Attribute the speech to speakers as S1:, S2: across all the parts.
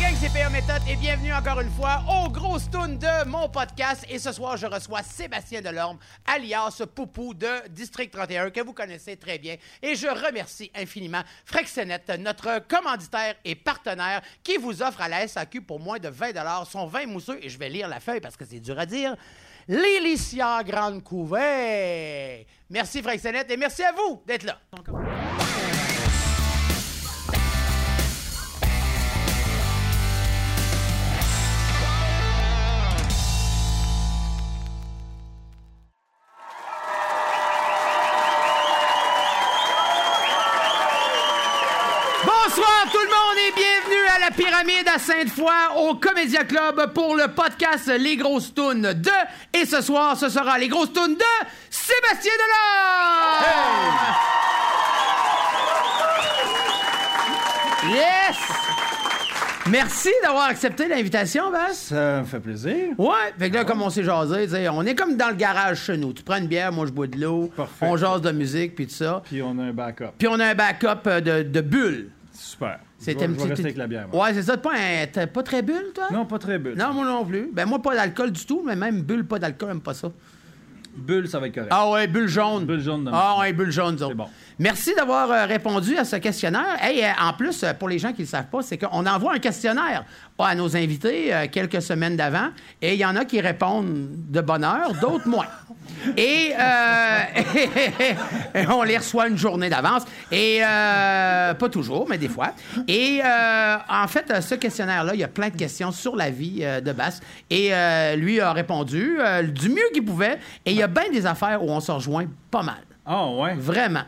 S1: gang, c'est PA Méthode et bienvenue encore une fois au gros Toon de mon podcast. Et ce soir, je reçois Sébastien Delorme, alias Poupou de District 31, que vous connaissez très bien. Et je remercie infiniment Frexenet, notre commanditaire et partenaire, qui vous offre à la SAQ pour moins de 20 son vin mousseux. Et je vais lire la feuille parce que c'est dur à dire. L'Élicia Grande Couvée. Merci Frexenet et merci à vous d'être là. Bonsoir tout le monde et bienvenue à la pyramide à Sainte-Foy au Comédia Club pour le podcast Les Grosses Tunes de et ce soir ce sera Les Grosses Tunes de Sébastien Delorme. Yes! Merci d'avoir accepté l'invitation, Bass.
S2: Ça me fait plaisir.
S1: Ouais, fait que là, comme on s'est jasé, tu sais, on est comme dans le garage chez nous. Tu prends une bière, moi je bois de l'eau,
S2: Parfait.
S1: on jase de musique, puis tout ça.
S2: Puis on a un backup.
S1: Puis on a un backup euh, de, de bulles.
S2: Super.
S1: C'était
S2: je vais,
S1: une
S2: je vais
S1: petite-
S2: rester avec la bière. moi.
S1: Ouais, c'est ça. T'es pas, un- t'es pas très bulle, toi?
S2: Non, pas très bulle.
S1: Non, moi non plus. Ben, moi, pas d'alcool du tout, mais même bulle, pas d'alcool, j'aime pas ça.
S2: Bulle, ça va être correct.
S1: Ah ouais, bulle jaune.
S2: Bulle jaune, non.
S1: Ah ouais, bulle jaune, disons.
S2: C'est bon.
S1: Merci d'avoir euh, répondu à ce questionnaire. Hey, euh, en plus, euh, pour les gens qui ne le savent pas, c'est qu'on envoie un questionnaire à nos invités euh, quelques semaines d'avant, et il y en a qui répondent de bonne heure, d'autres moins. Et, euh, et on les reçoit une journée d'avance, et euh, pas toujours, mais des fois. Et euh, en fait, euh, ce questionnaire-là, il y a plein de questions sur la vie euh, de Basse, et euh, lui a répondu euh, du mieux qu'il pouvait, et il y a bien des affaires où on se rejoint pas mal.
S2: Ah, ouais.
S1: Vraiment.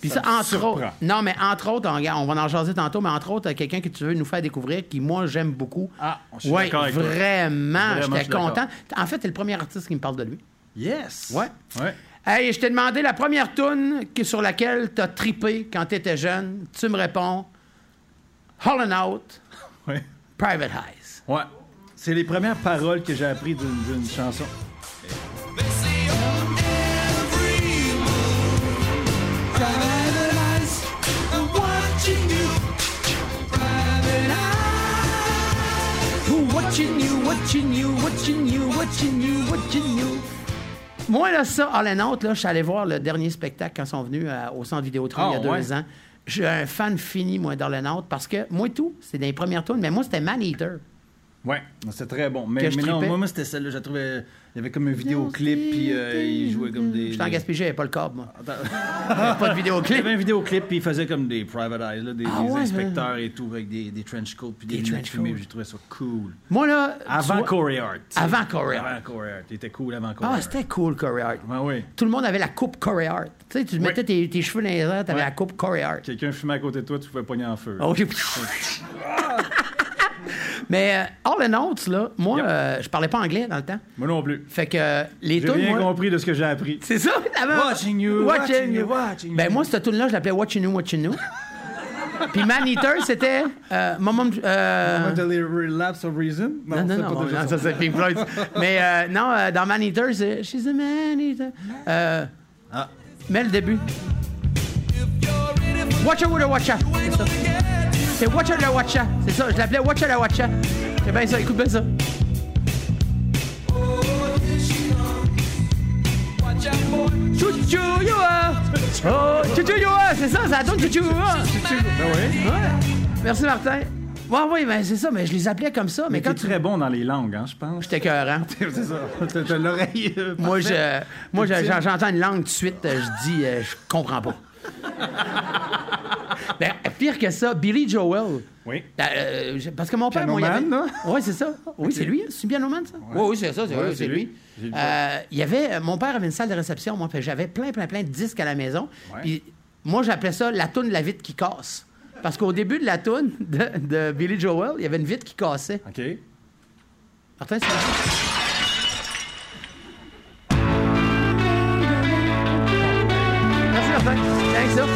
S1: Puis ça,
S2: Ça me
S1: entre
S2: surprend.
S1: autres. Non, mais entre autres, on, regarde, on va en jaser tantôt, mais entre autres, quelqu'un que tu veux nous faire découvrir, qui moi j'aime beaucoup.
S2: Ah, je suis
S1: Ouais,
S2: d'accord avec toi.
S1: Vraiment,
S2: Vraiment, je
S1: j'étais
S2: suis d'accord.
S1: content. En fait, t'es le premier artiste qui me parle de lui.
S2: Yes.
S1: Ouais.
S2: Ouais.
S1: Hey, je t'ai demandé la première tune que- sur laquelle t'as tripé quand t'étais jeune. Tu me réponds Hall and Out,
S2: Ouais.
S1: Private Eyes.
S2: Ouais. C'est les premières paroles que j'ai apprises d'une d'une chanson.
S1: Moi, là, ça, Hall and Out, là, je suis allé voir le dernier spectacle quand ils sont venus euh, au centre Vidéotron il y a
S2: Ah,
S1: deux
S2: ouais.
S1: ans. Je suis un fan fini, moi, d'Hall and Out, parce que moi, tout, c'est dans les premières tunes, mais moi, c'était Man Eater.
S2: Ouais. C'était très bon. Mais,
S1: Que je
S2: mais non,
S1: tripais.
S2: moi, moi c'était celle-là. Je la trouvais. Il y avait comme un vidéoclip, puis euh, il jouait comme des.
S1: J'étais en
S2: des-
S1: Gaspésie, j'avais pas le câble, moi.
S2: Attends.
S1: J'avais pas de
S2: Il y
S1: vidéoclip.
S2: avait un vidéoclip, puis il faisait comme des private eyes, là, des,
S1: Ah,
S2: des
S1: ouais,
S2: inspecteurs et tout, avec des, des trench coats, puis des,
S1: Des
S2: lunettes
S1: trench
S2: fumées,
S1: coats.
S2: puis J'ai trouvé ça cool.
S1: Moi, là. tu
S2: Avant
S1: vois-
S2: Corey Hart.
S1: Avant Corey Hart.
S2: Avant Corey Hart. Il était cool avant Corey
S1: Ah,
S2: Hart.
S1: c'était cool, Corey Hart.
S2: Ben oui.
S1: Tout le monde avait la coupe Corey Hart. Tu sais, tu mettais tes, tes cheveux dans les airs, t'avais
S2: Ouais.
S1: la coupe Corey Hart.
S2: Quelqu'un fumait à côté de toi, tu pouvais pogner en feu.
S1: Oh, j'ai- Mais euh, All and Outs, là, moi,
S2: Yep.
S1: euh, je parlais pas anglais dans le temps.
S2: Moi non plus.
S1: Fait que euh, les
S2: J'ai
S1: tunes,
S2: rien
S1: moi-
S2: compris de ce que j'ai appris.
S1: C'est ça, avant.
S2: bah, Watching you, watching you, watching
S1: Ben
S2: you.
S1: moi, cette tune-là, je l'appelais Watching You, Watching You. Puis Man Eater, c'était euh, Momum- euh,
S2: relapse of reason?
S1: Non, non,
S2: c'est
S1: non,
S2: pas
S1: bon,
S2: déjà
S1: non,
S2: ça.
S1: ça c'est Pink Floyd. Mais euh, non, euh, dans Man Eater, c'est She's a Man Eater. Euh,
S2: Ah.
S1: Mets le début. Watcha Wooda Watcha. C'est ça. C'est Watcha la Watcha. C'est ça, je l'appelais Watcha la Watcha. C'est bien ça, écoute bien ça. Chouchou Yoa! Oh, Chouchou Yoa! C'est ça, ça donne Chouchou Yoa!
S2: Ben oui.
S1: Ah Ouais. Merci Martin. Oui, oui, ben c'est ça, mais je les appelais comme ça. Mais,
S2: Mais
S1: quand
S2: t'es
S1: tu.
S2: très bon dans les langues, hein, je pense.
S1: J'étais cœurant.
S2: C'est ça. T'as t'as l'oreille. euh,
S1: Moi,
S2: parfaite.
S1: je, moi je-
S2: Ultime.
S1: j'entends une langue tout de suite, euh, je dis, euh, je comprends pas. ben, pire que ça, Billy Joel.
S2: Oui.
S1: Euh, je- parce que mon père, moi, il avait...
S2: Pianoman,
S1: Oui, c'est ça. Oui, c'est lui. hein? C'est Pianoman, ça? Oui, oui, c'est ça. C'est
S2: Ouais,
S1: oui,
S2: c'est
S1: c'est
S2: lui.
S1: lui.
S2: J'ai le
S1: Euh, il y avait, mon père avait une salle de réception, moi, puis j'avais plein, plein, plein de disques à la maison.
S2: Ouais.
S1: Puis moi, j'appelais ça la toune de la vitre qui casse. Parce qu'au début de la toune de, de Billy Joel, il y avait une vitre qui cassait.
S2: OK.
S1: Martin, c'est Merci, Martin. Thanks, ça.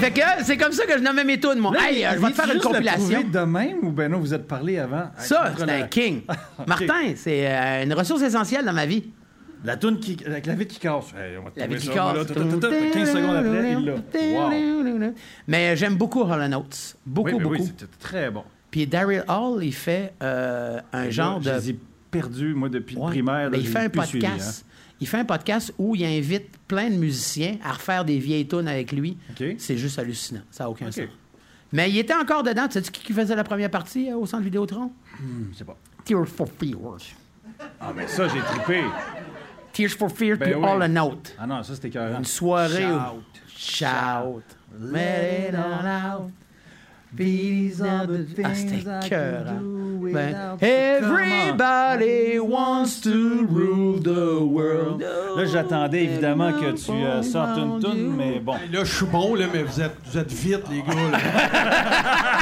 S1: Fait que euh, c'est comme ça que je nommais mes tunes, moi. hey, euh, je vais te faire une compilation.
S2: Vous de même ou ben non, vous êtes parlé avant?
S1: Ça,
S2: Hey,
S1: c'est un
S2: la-
S1: king. Martin, c'est euh, une ressource essentielle dans ma vie.
S2: La toune qui. Avec la vitre qui casse. Hey, on va te
S1: La vie
S2: trouver
S1: qui
S2: ça,
S1: casse.
S2: voilà, tout, tout, tout, tout. 15 secondes après, il l'a. Wow.
S1: Mais euh, j'aime beaucoup Hollow Notes. Beaucoup,
S2: Oui, ben oui,
S1: beaucoup.
S2: c'était très bon.
S1: Puis Daryl Hall, il fait euh, un genre de.
S2: J'ai perdu, moi, depuis le
S1: Ouais.
S2: primaire.
S1: Mais
S2: là,
S1: il
S2: j'ai
S1: fait un
S2: plus
S1: podcast.
S2: suivi, hein.
S1: Il fait un podcast où il invite plein de musiciens à refaire des vieilles tunes avec lui.
S2: OK.
S1: C'est juste hallucinant. Ça n'a aucun
S2: OK.
S1: sens. Mais il était encore dedans. Tu sais-tu qui qui faisait la première partie euh, au centre Vidéotron?
S2: Hum, Je sais pas.
S1: Tears for Fears.
S2: Ah, mais ça, j'ai trippé.
S1: Tears for Fears
S2: Ben
S1: to
S2: oui.
S1: All a Note.
S2: Ah non, ça, c'était carrément.
S1: Une soirée où...
S2: Shout.
S1: Shout. Let it all out.
S2: These are the
S1: Ah,
S2: things
S1: c'était
S2: I can
S1: écœurant.
S2: do
S1: Ben,
S2: without you. Come on.
S1: everybody wants to rule the world.
S2: Là, j'attendais évidemment que tu euh, sortes une toune, mais bon.
S3: Là, je suis bon, là, mais vous êtes, vous êtes vite, les gars. là.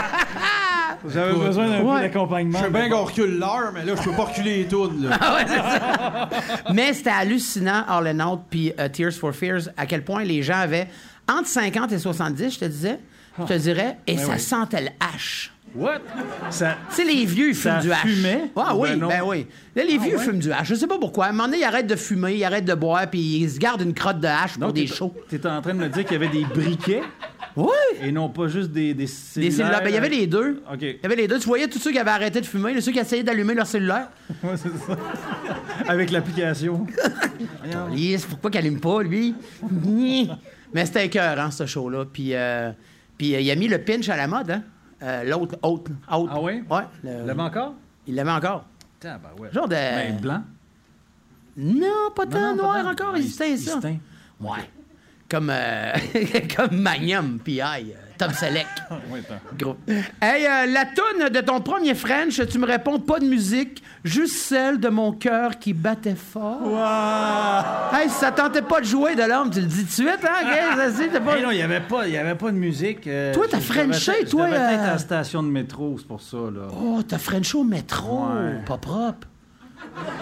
S2: J'avais besoin d'un
S1: Ouais.
S2: peu d'accompagnement.
S3: Je sais bien
S2: mais
S3: qu'on recule l'heure, mais là, je peux pas reculer les tunes. là.
S1: Mais c'était hallucinant, All and Out, puis euh, Tears for Fears, à quel point les gens avaient entre 50 et 70, je te disais, je te dirais, et ça
S2: Ah. Ben oui.
S1: sentait le hache.
S2: bon. What? Ça...
S1: Tu sais, les vieux, ils
S2: Ça
S1: fument du hache.
S2: fumait?
S1: Ah oui,
S2: Ben
S1: ben,
S2: non. Ah
S1: oui. Là, les vieux fument du hache. Je sais pas pourquoi. À un moment donné, ils arrêtent de fumer, ils arrêtent de boire, puis ils se gardent une crotte de hache pour
S2: Donc,
S1: des
S2: t'es-
S1: shows.
S2: T'étais en train de me dire qu'il y avait des briquets
S1: Oui!
S2: et non pas juste des, des
S1: Des
S2: cellulaires.
S1: cellulaires. Ben, il y avait les deux.
S2: OK.
S1: Il y avait les deux. Tu voyais tous ceux qui avaient arrêté de fumer, ceux qui essayaient d'allumer leur cellulaire.
S2: Ouais, c'est ça. Avec l'application.
S1: Lise, pourquoi qu'il allume pas, lui? Gnie. Mais c'était écœurant, ce show-là. Puis, euh, puis euh, il a mis le pinch à la mode, hein? Euh, L'autre, autre, autre.
S2: Ah oui?
S1: Ouais. le-
S2: L'avais encore?
S1: Il l'avait encore.
S2: Tabarouette.
S1: Genre de-
S2: Mais blanc.
S1: Non, pas tant
S2: Ben, Non, non,
S1: noir
S2: pas tant.
S1: encore,
S2: Ah,
S1: il se teint,
S2: il- il
S1: ça.
S2: se teint.
S1: Ouais. Comme, euh, comme Magnum, P.I., euh, Tom Selleck.
S2: Oui, attends.
S1: Gros. Hey, euh, la toune de ton premier French, tu me réponds pas de musique, juste celle de mon cœur qui battait fort. Hey, si ça tentait pas de jouer de l'homme, tu le dis tout de suite, hein? ok? Ça, c'est- t'as pas-
S2: Eh non, il n'y avait, pas- il y avait pas de musique. euh,
S1: Toi, t'as
S2: je- je devais
S1: Frenché,
S2: être- je
S1: toi,
S2: devais
S1: euh.
S2: être à la station de métro, c'est pour ça, là.
S1: Oh, t'as French au métro.
S2: Ouais.
S1: Pas propre.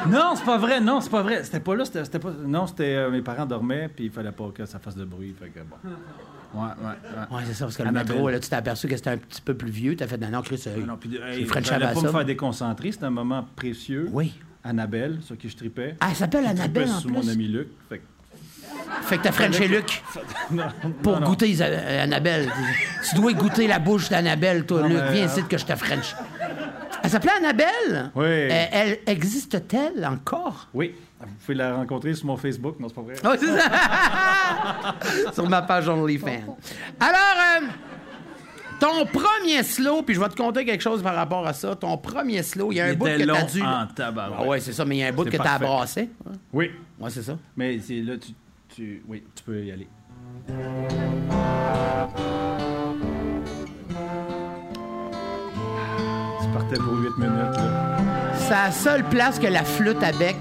S2: Non, c'est pas vrai, non, c'est pas vrai. C'était pas là, c'était c'était pas. Non, c'était. euh, mes parents dormaient, puis il fallait pas que ça fasse de bruit. Fait que bon. Ouais, ouais, ouais.
S1: Ouais, c'est ça, parce que le
S2: Annabelle. Ah
S1: métro, là, tu t'es aperçu que c'était un petit peu plus vieux. T'as fait, non, non, Chris, euh,
S2: Non, puis,
S1: c'est
S2: hey,
S1: French
S2: j'allais
S1: avant
S2: pas
S1: ça.
S2: me faire déconcentrer, c'était un moment précieux.
S1: Oui.
S2: Annabelle, sur qui je tripais.
S1: Ah, elle s'appelle
S2: Je tripais
S1: Annabelle, en
S2: sur mon
S1: plus.
S2: ami Luc. Fait que-
S1: Fait que t'as Frenché Luc
S2: Non,
S1: pour
S2: non, non.
S1: goûter Isa- euh, Annabelle. tu dois goûter la bouche d'Annabelle, toi,
S2: Non,
S1: Luc.
S2: mais,
S1: Viens
S2: euh,
S1: ici que je te French. Elle s'appelait Annabelle?
S2: Oui.
S1: Euh, elle existe-t-elle encore?
S2: Oui, vous pouvez la rencontrer sur mon Facebook, non, c'est pas vrai.
S1: Oh, c'est ça. Sur ma page OnlyFans. Alors, euh, ton premier slow, puis je vais te conter quelque chose par rapport à ça. Ton premier slow, il y a un
S2: Il
S1: bout
S2: était
S1: que t'as
S2: long
S1: dû.
S2: en tabarouette.
S1: Ah ouais, c'est ça, mais il y a un bout
S2: C'est
S1: que t'as
S2: parfait.
S1: brassé.
S2: Oui,
S1: Ouais, c'est ça.
S2: mais c'est là, tu, tu. Oui, tu peux y aller. Tu partais pour 8 minutes, là.
S1: C'est la seule place que la flûte à bec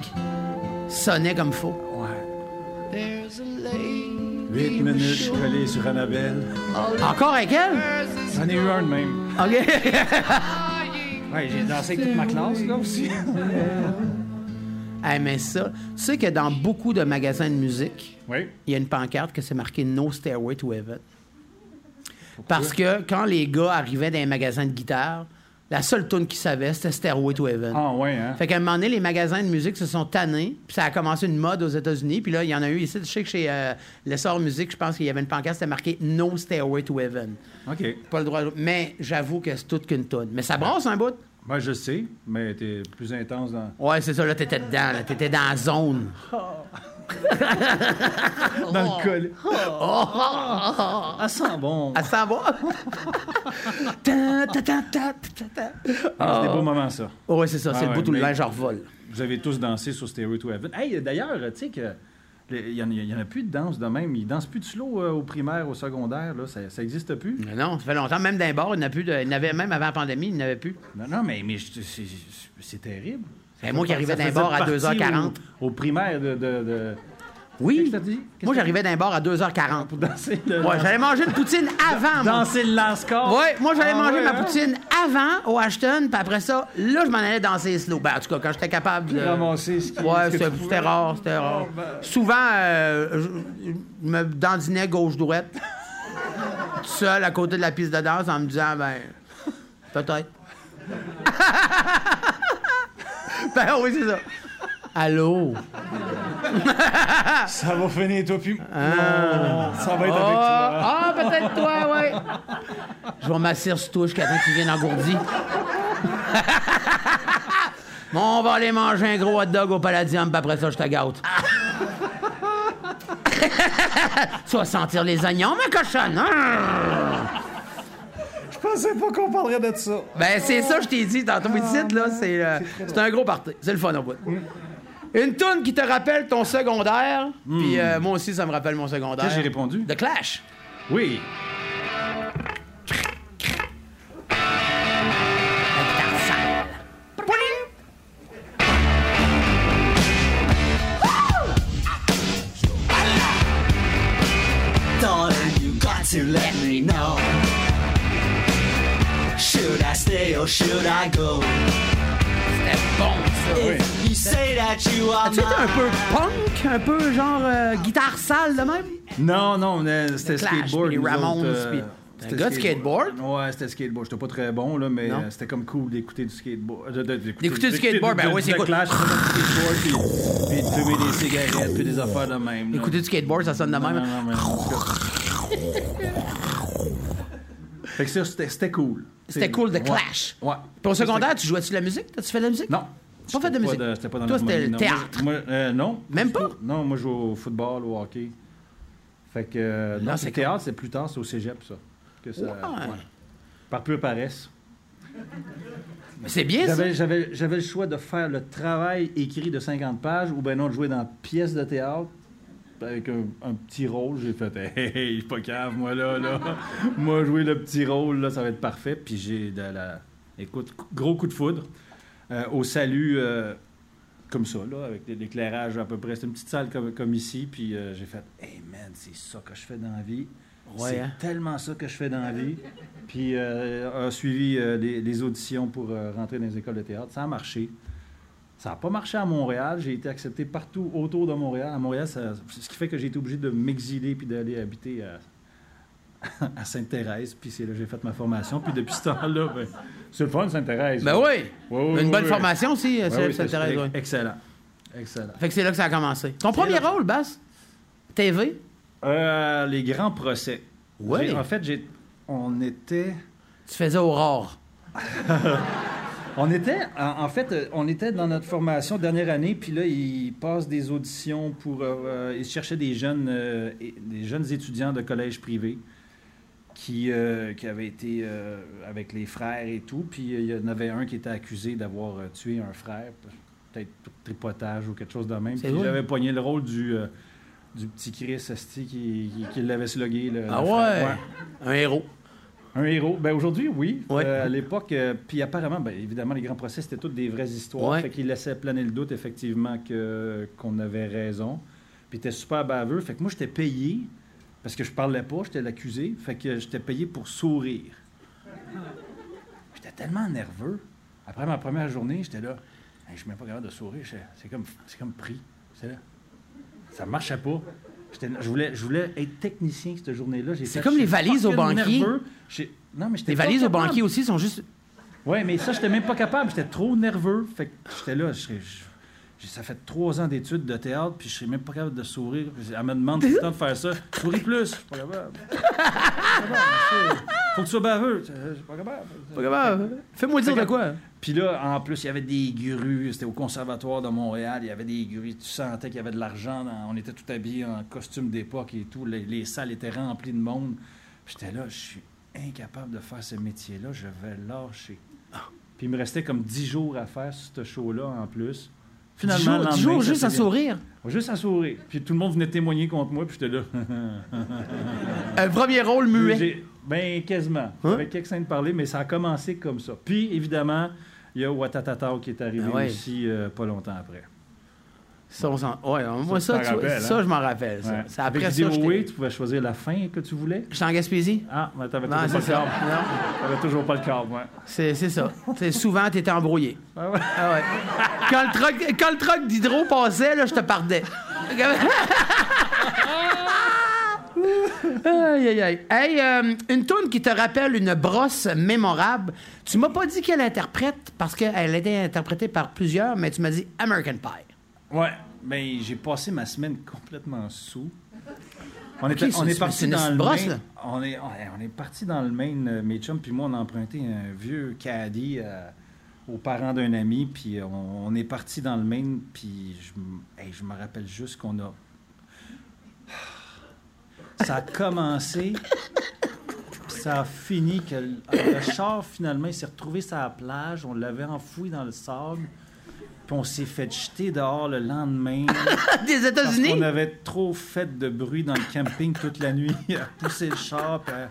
S1: sonnait comme faux.
S2: Ouais. 8 minutes collées sur Annabelle.
S1: Encore avec elle?
S2: J'en ai eu un de même.
S1: OK.
S2: Ouais, j'ai dansé avec toute ma classe, là aussi.
S1: Ah, mais ça, tu sais que dans beaucoup de magasins de musique,
S2: Oui.
S1: il y a une pancarte que c'est marqué No Stairway to Heaven. Parce que quand les gars arrivaient dans les magasins de guitare, la seule tune qu'ils savaient, c'était Stairway to Heaven.
S2: Ah, ouais, hein.
S1: Fait qu'à un moment donné, les magasins de musique se sont tannés, puis ça a commencé une mode aux États-Unis, puis là, il y en a eu ici. Je sais que chez euh, l'essor musique, je pense qu'il y avait une pancarte, c'était marqué No Stairway to Heaven.
S2: OK.
S1: Pas le droit. de- Mais j'avoue que c'est toute qu'une tune. Mais ça brasse un bout.
S2: Moi, Ben, je sais, mais t'es plus intense dans.
S1: Ouais, c'est ça, là, t'étais dedans, là, t'étais dans la zone.
S2: Dans le col. Ah, ça, bon.
S1: Elle s'en va. Ta, ta, ta, ta, ta, ta,
S2: Ah, C'est des beaux moments, ça.
S1: ta. Oh, Ouais, c'est ça,
S2: Ah
S1: c'est le
S2: ouais,
S1: bout où le
S2: mais-
S1: linge revole.
S2: Vous avez tous dansé sur Stairway to Heaven. Hey, d'ailleurs, tu sais que il y, en a- y en a plus de danse de même. Ils dansent plus de slow euh, au primaire, au secondaire. Là. Ça n'existe plus.
S1: Mais non, ça fait longtemps, même d'un bar, il n'y plus de. Il n'avait même avant la pandémie, il n'avait plus.
S2: Non, non, mais, mais je- c'est- c'est- c'est terrible.
S1: Ben, moi qui
S2: Ça
S1: arrivais d'un
S2: faisait
S1: bar à
S2: partie
S1: 2h40.
S2: Au, au primaire de. de- de-
S1: Oui.
S2: Qu'est-ce que t'as dit? Qu'est-ce
S1: Moi,
S2: que-
S1: j'arrivais d'un bar à 2h40.
S2: Pour danser le.
S1: Ouais, j'allais manger une poutine avant, moi.
S2: danser le lance-corps.
S1: Ouais, moi, j'allais
S2: Ah,
S1: manger
S2: ouais,
S1: ma
S2: hein?
S1: poutine avant au Ashton, puis après ça, là, je m'en allais danser slow. Ben, en tout cas, quand j'étais capable de.
S2: Ramasser ce qui-
S1: Ouais,
S2: ce que
S1: c'était- c'était
S2: tu pouvais. Ah, ben.
S1: rare, c'était rare. Souvent, euh, je je me dandinais gauche-droite, tout seul à côté de la piste de danse, en me disant, ben, peut-être. ben oui, c'est ça. Allô?
S2: Ça va finir, toi, puis. Non, ça va être avec
S1: Ah,
S2: toi.
S1: ah, peut-être toi, ouais. Je vais m'asseoir sur toi jusqu'à temps qu'il vienne engourdi. Bon, on va aller manger un gros hot dog au Palladium, puis après ça, je te gâte. tu vas sentir les oignons, ma cochonne. hein?
S2: Je pensais pas qu'on parlerait de ça. Ah,
S1: Ben, c'est ça, je t'ai dit tantôt. Ici, là, c'est, euh, c'est un gros party. C'est le fun, au bout. Une toune qui te rappelle ton secondaire, puis euh, moi aussi, ça me rappelle mon secondaire.
S2: Hmm. Qu'est-ce que j'ai répondu?
S1: The Clash.
S2: Oui.
S4: Darling, you got to let me know. Should I stay or should I go?
S1: C'était bon, ça.
S4: If you say that you are
S1: Tu étais un peu
S4: mine,
S1: punk, un peu genre euh, guitare sale de même?
S2: Non, non, on est- c'était
S1: Clash,
S2: skateboard.
S1: puis les
S2: nous
S1: Ramones,
S2: autres, euh,
S1: puis- T'es un
S2: c'était
S1: gars de skateboard?
S2: Ouais, c'était skateboard. J'étais pas très bon, là, mais
S1: Non.
S2: euh, c'était comme cool d'écouter du skateboard. euh, de- de-
S1: D'écouter du skateboard, ben
S2: de-
S1: ouais,
S2: de
S1: c'est cool.
S2: Clash, c'était du skateboard, puis, puis de fumer des cigarettes, puis des affaires de même. là.
S1: Écouter du skateboard, ça sonne de
S2: Non,
S1: même.
S2: non, mais- fait que ça, c'était c'était cool.
S1: C'était cool, The
S2: Ouais.
S1: Clash.
S2: Ouais.
S1: Puis au secondaire, tu jouais-tu de la musique? T'as-tu fait de la musique?
S2: Non.
S1: Pas fait de musique.
S2: C'était pas dans
S1: Toi, c'était
S2: l'harmonie,
S1: le
S2: non. Moi, je-
S1: théâtre.
S2: moi, euh, non.
S1: Même pas?
S2: Non, moi, je joue au football, au hockey. Fait que. euh,
S1: Là,
S2: non,
S1: Ah, c'est
S2: le théâtre, c'est plus tard, c'est au cégep, ça. Que ça
S1: Ouais.
S2: Par pure paresse.
S1: Mais C'est bien, ça.
S2: J'avais, j'avais, j'avais le choix de faire le travail écrit de 50 pages ou ben non, de jouer dans pièce de théâtre avec un, un petit rôle. J'ai fait, hey, hey, hey, je suis pas cave, moi, là. là. moi, jouer le petit rôle, là, ça va être parfait. Puis j'ai de la. Écoute, cou- gros coup de foudre. Euh, au salut, euh, comme ça, là, avec de l'éclairage à peu près. C'est une petite salle comme, comme ici. Puis euh, j'ai fait, hey man, c'est ça que je fais dans la vie.
S1: Ouais,
S2: c'est
S1: hein?
S2: tellement ça que je fais dans la vie. Puis euh, a suivi euh, les, les auditions pour euh, rentrer dans les écoles de théâtre. Ça a marché. Ça n'a pas marché à Montréal. J'ai été accepté partout autour de Montréal. À Montréal, ça- c'est ce qui fait que j'ai été obligé de m'exiler puis d'aller habiter à, à Sainte-Thérèse. Puis c'est là que j'ai fait ma formation. Puis depuis ce temps-là, ben, c'est le fun, Sainte-Thérèse.
S1: Ben oui.
S2: Ouais, ouais,
S1: Une
S2: ouais,
S1: bonne
S2: ouais.
S1: formation aussi,
S2: Ouais,
S1: euh,
S2: oui,
S1: celle ça
S2: c'est-
S1: t'intéresse, ouais.
S2: Excellent. Excellent.
S1: Fait que c'est là que ça a commencé. Ton premier
S2: là.
S1: rôle, Bass? TV?
S2: Euh, les grands procès.
S1: Ouais.
S2: J'ai- En fait, j'ai- on était...
S1: Tu faisais Aurore.
S2: On était, en en fait, euh, on était dans notre formation dernière année, puis là, ils passent des auditions pour, euh, euh, ils cherchaient des jeunes, euh, et- des jeunes étudiants de collège privé qui, euh, qui avaient été euh, avec les frères et tout, puis euh, il y en avait un qui était accusé d'avoir euh, tué un frère, peut-être tripotage ou quelque chose de même.
S1: C'est
S2: Puis
S1: vrai.
S2: j'avais pogné le rôle du, euh, du petit Chris Asti qui, qui- qui l'avait slogué. le-
S1: Ah ouais.
S2: le frère. Ouais.
S1: Un héros.
S2: Un héros. Ben aujourd'hui, oui.
S1: Ouais.
S2: Euh, à l'époque, euh, puis apparemment, ben, évidemment, les grands procès, c'était toutes des vraies histoires.
S1: Ouais.
S2: Fait qu'ils laissaient planer le doute, effectivement, que, qu'on avait raison. Puis t'es super baveux. Fait que moi, j'étais payé, parce que je parlais pas, j'étais l'accusé. Fait que j'étais payé pour sourire. J'étais tellement nerveux. Après ma première journée, j'étais là. Hey, je suis même pas capable de sourire. J'étais- C'est comme, c'est comme pris. C'est là. Ça marchait pas. J'étais- Je voulais, je voulais être technicien cette journée-là. J'ai
S1: C'est
S2: fait,
S1: comme
S2: je
S1: les
S2: suis
S1: valises au
S2: fucking
S1: banquier.
S2: nerveux. J'ai- Non, mais j'étais
S1: Les
S2: pas
S1: valises au
S2: capable.
S1: banquier aussi sont juste.
S2: Oui, mais ça, j'étais même pas capable. J'étais trop nerveux. Fait que j'étais là. je- je- j'ai- ça fait trois ans d'études de théâtre, puis je suis même pas capable de sourire. Puis Elle me demande tout le temps de faire ça. Souris plus. Je suis pas capable. Je suis pas capable, monsieur. Faut que tu sois baveux. Je suis pas capable.
S1: Fais-moi dire de
S2: Regarde.
S1: quoi.
S2: Puis là, en plus, il y avait des grues. C'était au Conservatoire de Montréal. Il y avait des grues. Tu sentais qu'il y avait de l'argent. dans- On était tout habillés en costume d'époque et tout. Les, les salles étaient remplies de monde. Puis J'étais là, je suis incapable de faire ce métier-là. Je vais lâcher. Puis il me restait comme 10 jours à faire ce show-là en plus. Finalement, le
S1: Finalement,
S2: lendemain,
S1: toujours
S2: ça
S1: juste
S2: s'est
S1: à
S2: bien-
S1: sourire.
S2: Juste à sourire. Puis tout le monde venait témoigner contre moi. Puis j'étais là.
S1: Un premier rôle muet.
S2: J'ai- Ben, quasiment.
S1: Hein?
S2: Avec quelques scènes de parler, mais ça a commencé comme ça. Puis, évidemment, il y a Watatatao qui est arrivé
S1: Ah ouais.
S2: aussi euh, pas longtemps après.
S1: Ça, on s'en- ouais, moi,
S2: Ça,
S1: ça,
S2: tu
S1: tu
S2: t'en rappelles,
S1: ça,
S2: hein?
S1: je m'en rappelle. ça.
S2: Ouais.
S1: C'est après
S2: Avec
S1: ça.
S2: Vidéo
S1: j'étais-
S2: Way, tu pouvais choisir la fin que tu voulais.
S1: J'étais en Gaspésie.
S2: Ah, mais t'avais
S1: Non,
S2: toujours, pas
S1: c'est
S2: le
S1: ça.
S2: câble.
S1: Non,
S2: T'avais toujours pas le câble, ouais.
S1: C'est c'est ça. C'est souvent, t'étais embrouillé.
S2: Ah ouais.
S1: Ah ouais. quand le truck, quand le truck d'hydro passait, là, je te pardais. aïe, aïe, aïe. Hey, euh, une toune qui te rappelle une brosse mémorable. Tu m'as pas dit quelle interprète, parce qu'elle était interprétée par plusieurs, mais tu m'as dit American Pie.
S2: Ouais, ben j'ai passé ma semaine complètement sous. On, était-
S1: c'est
S2: on
S1: une-
S2: est
S1: c'est
S2: parti
S1: une
S2: dans le
S1: brosse, là.
S2: Maine. On est, on est- on est parti dans le Maine. euh, Mes chums puis moi, on a emprunté un vieux caddie à, aux parents d'un ami, puis on, on est parti dans le Maine, puis je, m- hey, je me rappelle juste qu'on a... Ça a commencé, puis ça a fini que le le char, finalement, il s'est retrouvé sur la plage, on l'avait enfoui dans le sable, puis on s'est fait jeter dehors le lendemain.
S1: Des
S2: Parce
S1: États-Unis?
S2: qu'on avait trop fait de bruit dans le camping toute la nuit, à pousser le char, puis, à-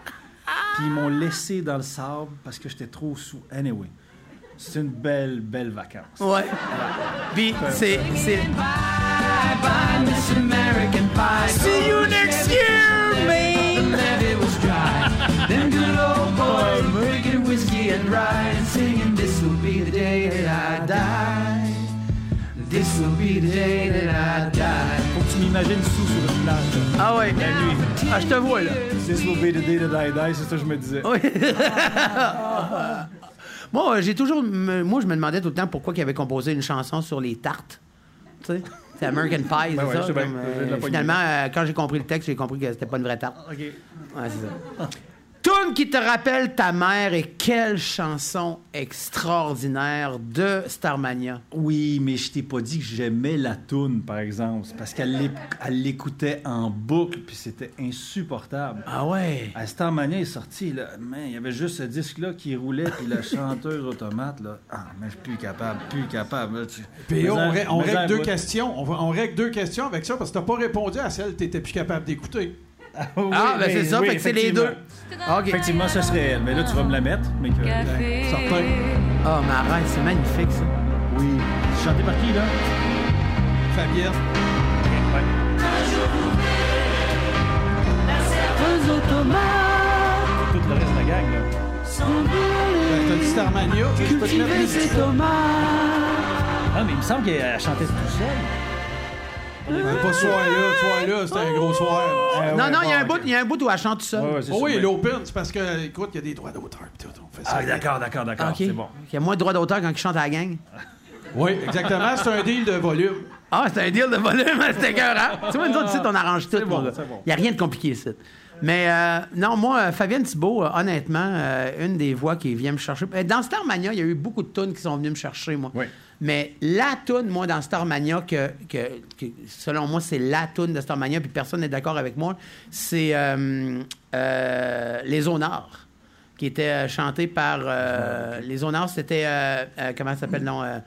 S2: puis ils m'ont laissé dans le sable parce que j'étais trop sous. Anyway, c'est une belle, belle vacance.
S1: Ouais. Puis c'est. c'est... See you next year, man!
S2: Faut que tu m'imagines sous sur le plage.
S1: Ah ouais. Ah, je te vois, là.
S2: This will be the day that I die, c'est ça que je me disais.
S1: Oui. Moi, euh, j'ai toujours. me- Moi, je me demandais tout le temps pourquoi il avait composé une chanson sur les tartes. Tu sais? C'est American Pie, c'est
S2: Ben ouais,
S1: ça?
S2: je sais bien.
S1: comme, euh,
S2: Je l'ai pas idée.
S1: finalement, euh, quand j'ai compris le texte, j'ai compris que c'était pas une vraie tarte.
S2: OK.
S1: Ouais, c'est ça. Toune qui te rappelle ta mère et quelle chanson extraordinaire de Starmania.
S2: Oui, mais je t'ai pas dit que j'aimais la toune, par exemple. C'est parce qu'elle l'éc- elle l'écoutait en boucle, puis c'était insupportable.
S1: Ah ouais.
S2: À Starmania est sorti, là, man, il y avait juste ce disque-là qui roulait, puis la chanteuse automate, là, ah, mais je suis plus capable, plus capable. là, tu-
S3: Puis on,
S2: Mais
S3: ré-
S2: en-
S3: on
S2: mais en-
S3: règle deux
S2: moi-
S3: questions. On, va- on règle deux questions avec ça parce que t'as pas répondu à celle que t'étais plus capable d'écouter.
S2: Oui,
S1: Ah, ben
S2: mais-
S1: c'est ça,
S2: oui,
S1: fait que c'est les
S2: effectivement.
S1: deux. OK.
S2: Effectivement, ce serait elle, mais là, tu vas me la mettre. Mais que...
S5: Café.
S3: Certain.
S1: Ah, mais arrête, c'est magnifique, ça.
S2: Oui. Chanté par qui, là?
S3: Fabienne.
S2: Tout le reste de la gang, là.
S3: Ben, T'as dit Starmania. Je peux te mettre les-
S2: Ah, mais il me semble qu'elle chantait tout seul.
S3: Ben, Pas ce soir-là. Ce soir-là, c'était un gros
S2: Oh!
S3: soir. là.
S1: non, non, il y a un bout- il y a un bout où elle chante tout seul.
S2: Oui,
S3: Oh oui, l'open, c'est parce que, écoute, il y a des droits d'auteur. pis tout, on fait ça.
S2: Ah, d'accord, d'accord, d'accord.
S1: OK.
S2: C'est bon.
S1: Il y a moins de droits d'auteur quand il chante à la gang.
S2: Ah,
S3: Oui, exactement. C'est un deal de volume.
S1: Ah, c'est un deal de volume, c'est écœurant. tu vois, nous autres, ici, on arrange tout.
S2: bon,
S1: mon gars.
S2: c'est bon.
S1: Il n'y a rien de compliqué ici. Mais euh, non, moi, euh, Fabienne Thibault, euh, honnêtement, euh, une des voix qui vient me chercher. Euh, Dans Starmania, il y a eu beaucoup de tunes qui sont venues me chercher, moi.
S2: Oui.
S1: Mais la tune, moi, dans Starmania, que, que, que selon moi, c'est la tune de Starmania, puis personne n'est d'accord avec moi, c'est euh, euh, Les Honors, qui était euh, chantée par. euh, les Honors, c'était. euh, euh, comment ça s'appelle, non? euh,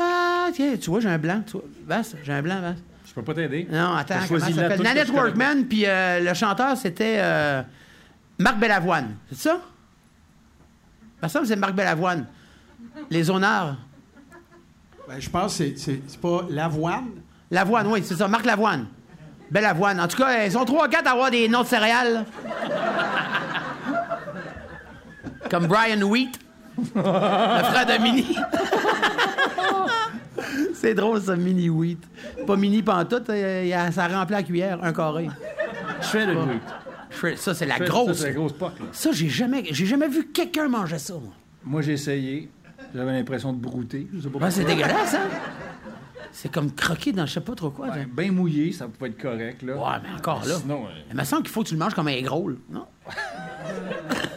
S1: ah, tiens, tu vois, j'ai un blanc. Tu vois, Vasse, j'ai un blanc, Vasse.
S2: Je peux pas t'aider.
S1: Non, attends,
S2: T'as
S1: comment ça
S2: choisi la
S1: s'appelle?
S2: tune que
S1: Nanette
S2: je connais pas.
S1: Workman, puis euh, le chanteur, c'était euh, Marc Bellavoine. C'est ça? Ben, ça, c'est Marc Bellavoine. Les honneurs.
S3: Ben, je pense que c'est- c'est c'est pas l'avoine.
S1: Lavoine, oui, c'est ça, Marc Lavoine. Bellavoine. En tout cas, ils sont trois quatre à avoir des noms de céréales. Comme Brian Wheat, le frère de Mini. c'est drôle, ça, Mini Wheat. Pas Mini pantoute, euh, y a- ça remplit la cuillère, un carré.
S2: Je fais le bruit.
S1: Shred, Ça, c'est la
S2: Je fais- ça,
S1: grosse.
S2: c'est la grosse poque, là.
S1: Ça, j'ai jamais, j'ai jamais vu quelqu'un manger ça, moi.
S2: Moi, j'ai essayé. J'avais l'impression de brouter. Je sais pas
S1: Ouais, c'est
S2: pourquoi.
S1: dégueulasse, hein? C'est comme croquer dans je sais pas trop quoi.
S2: Ouais, Bien mouillé, ça pouvait être correct, là.
S1: Ouais, mais encore là.
S2: Sinon, euh,
S1: Il me semble qu'il faut que tu le manges comme un gros, là, non?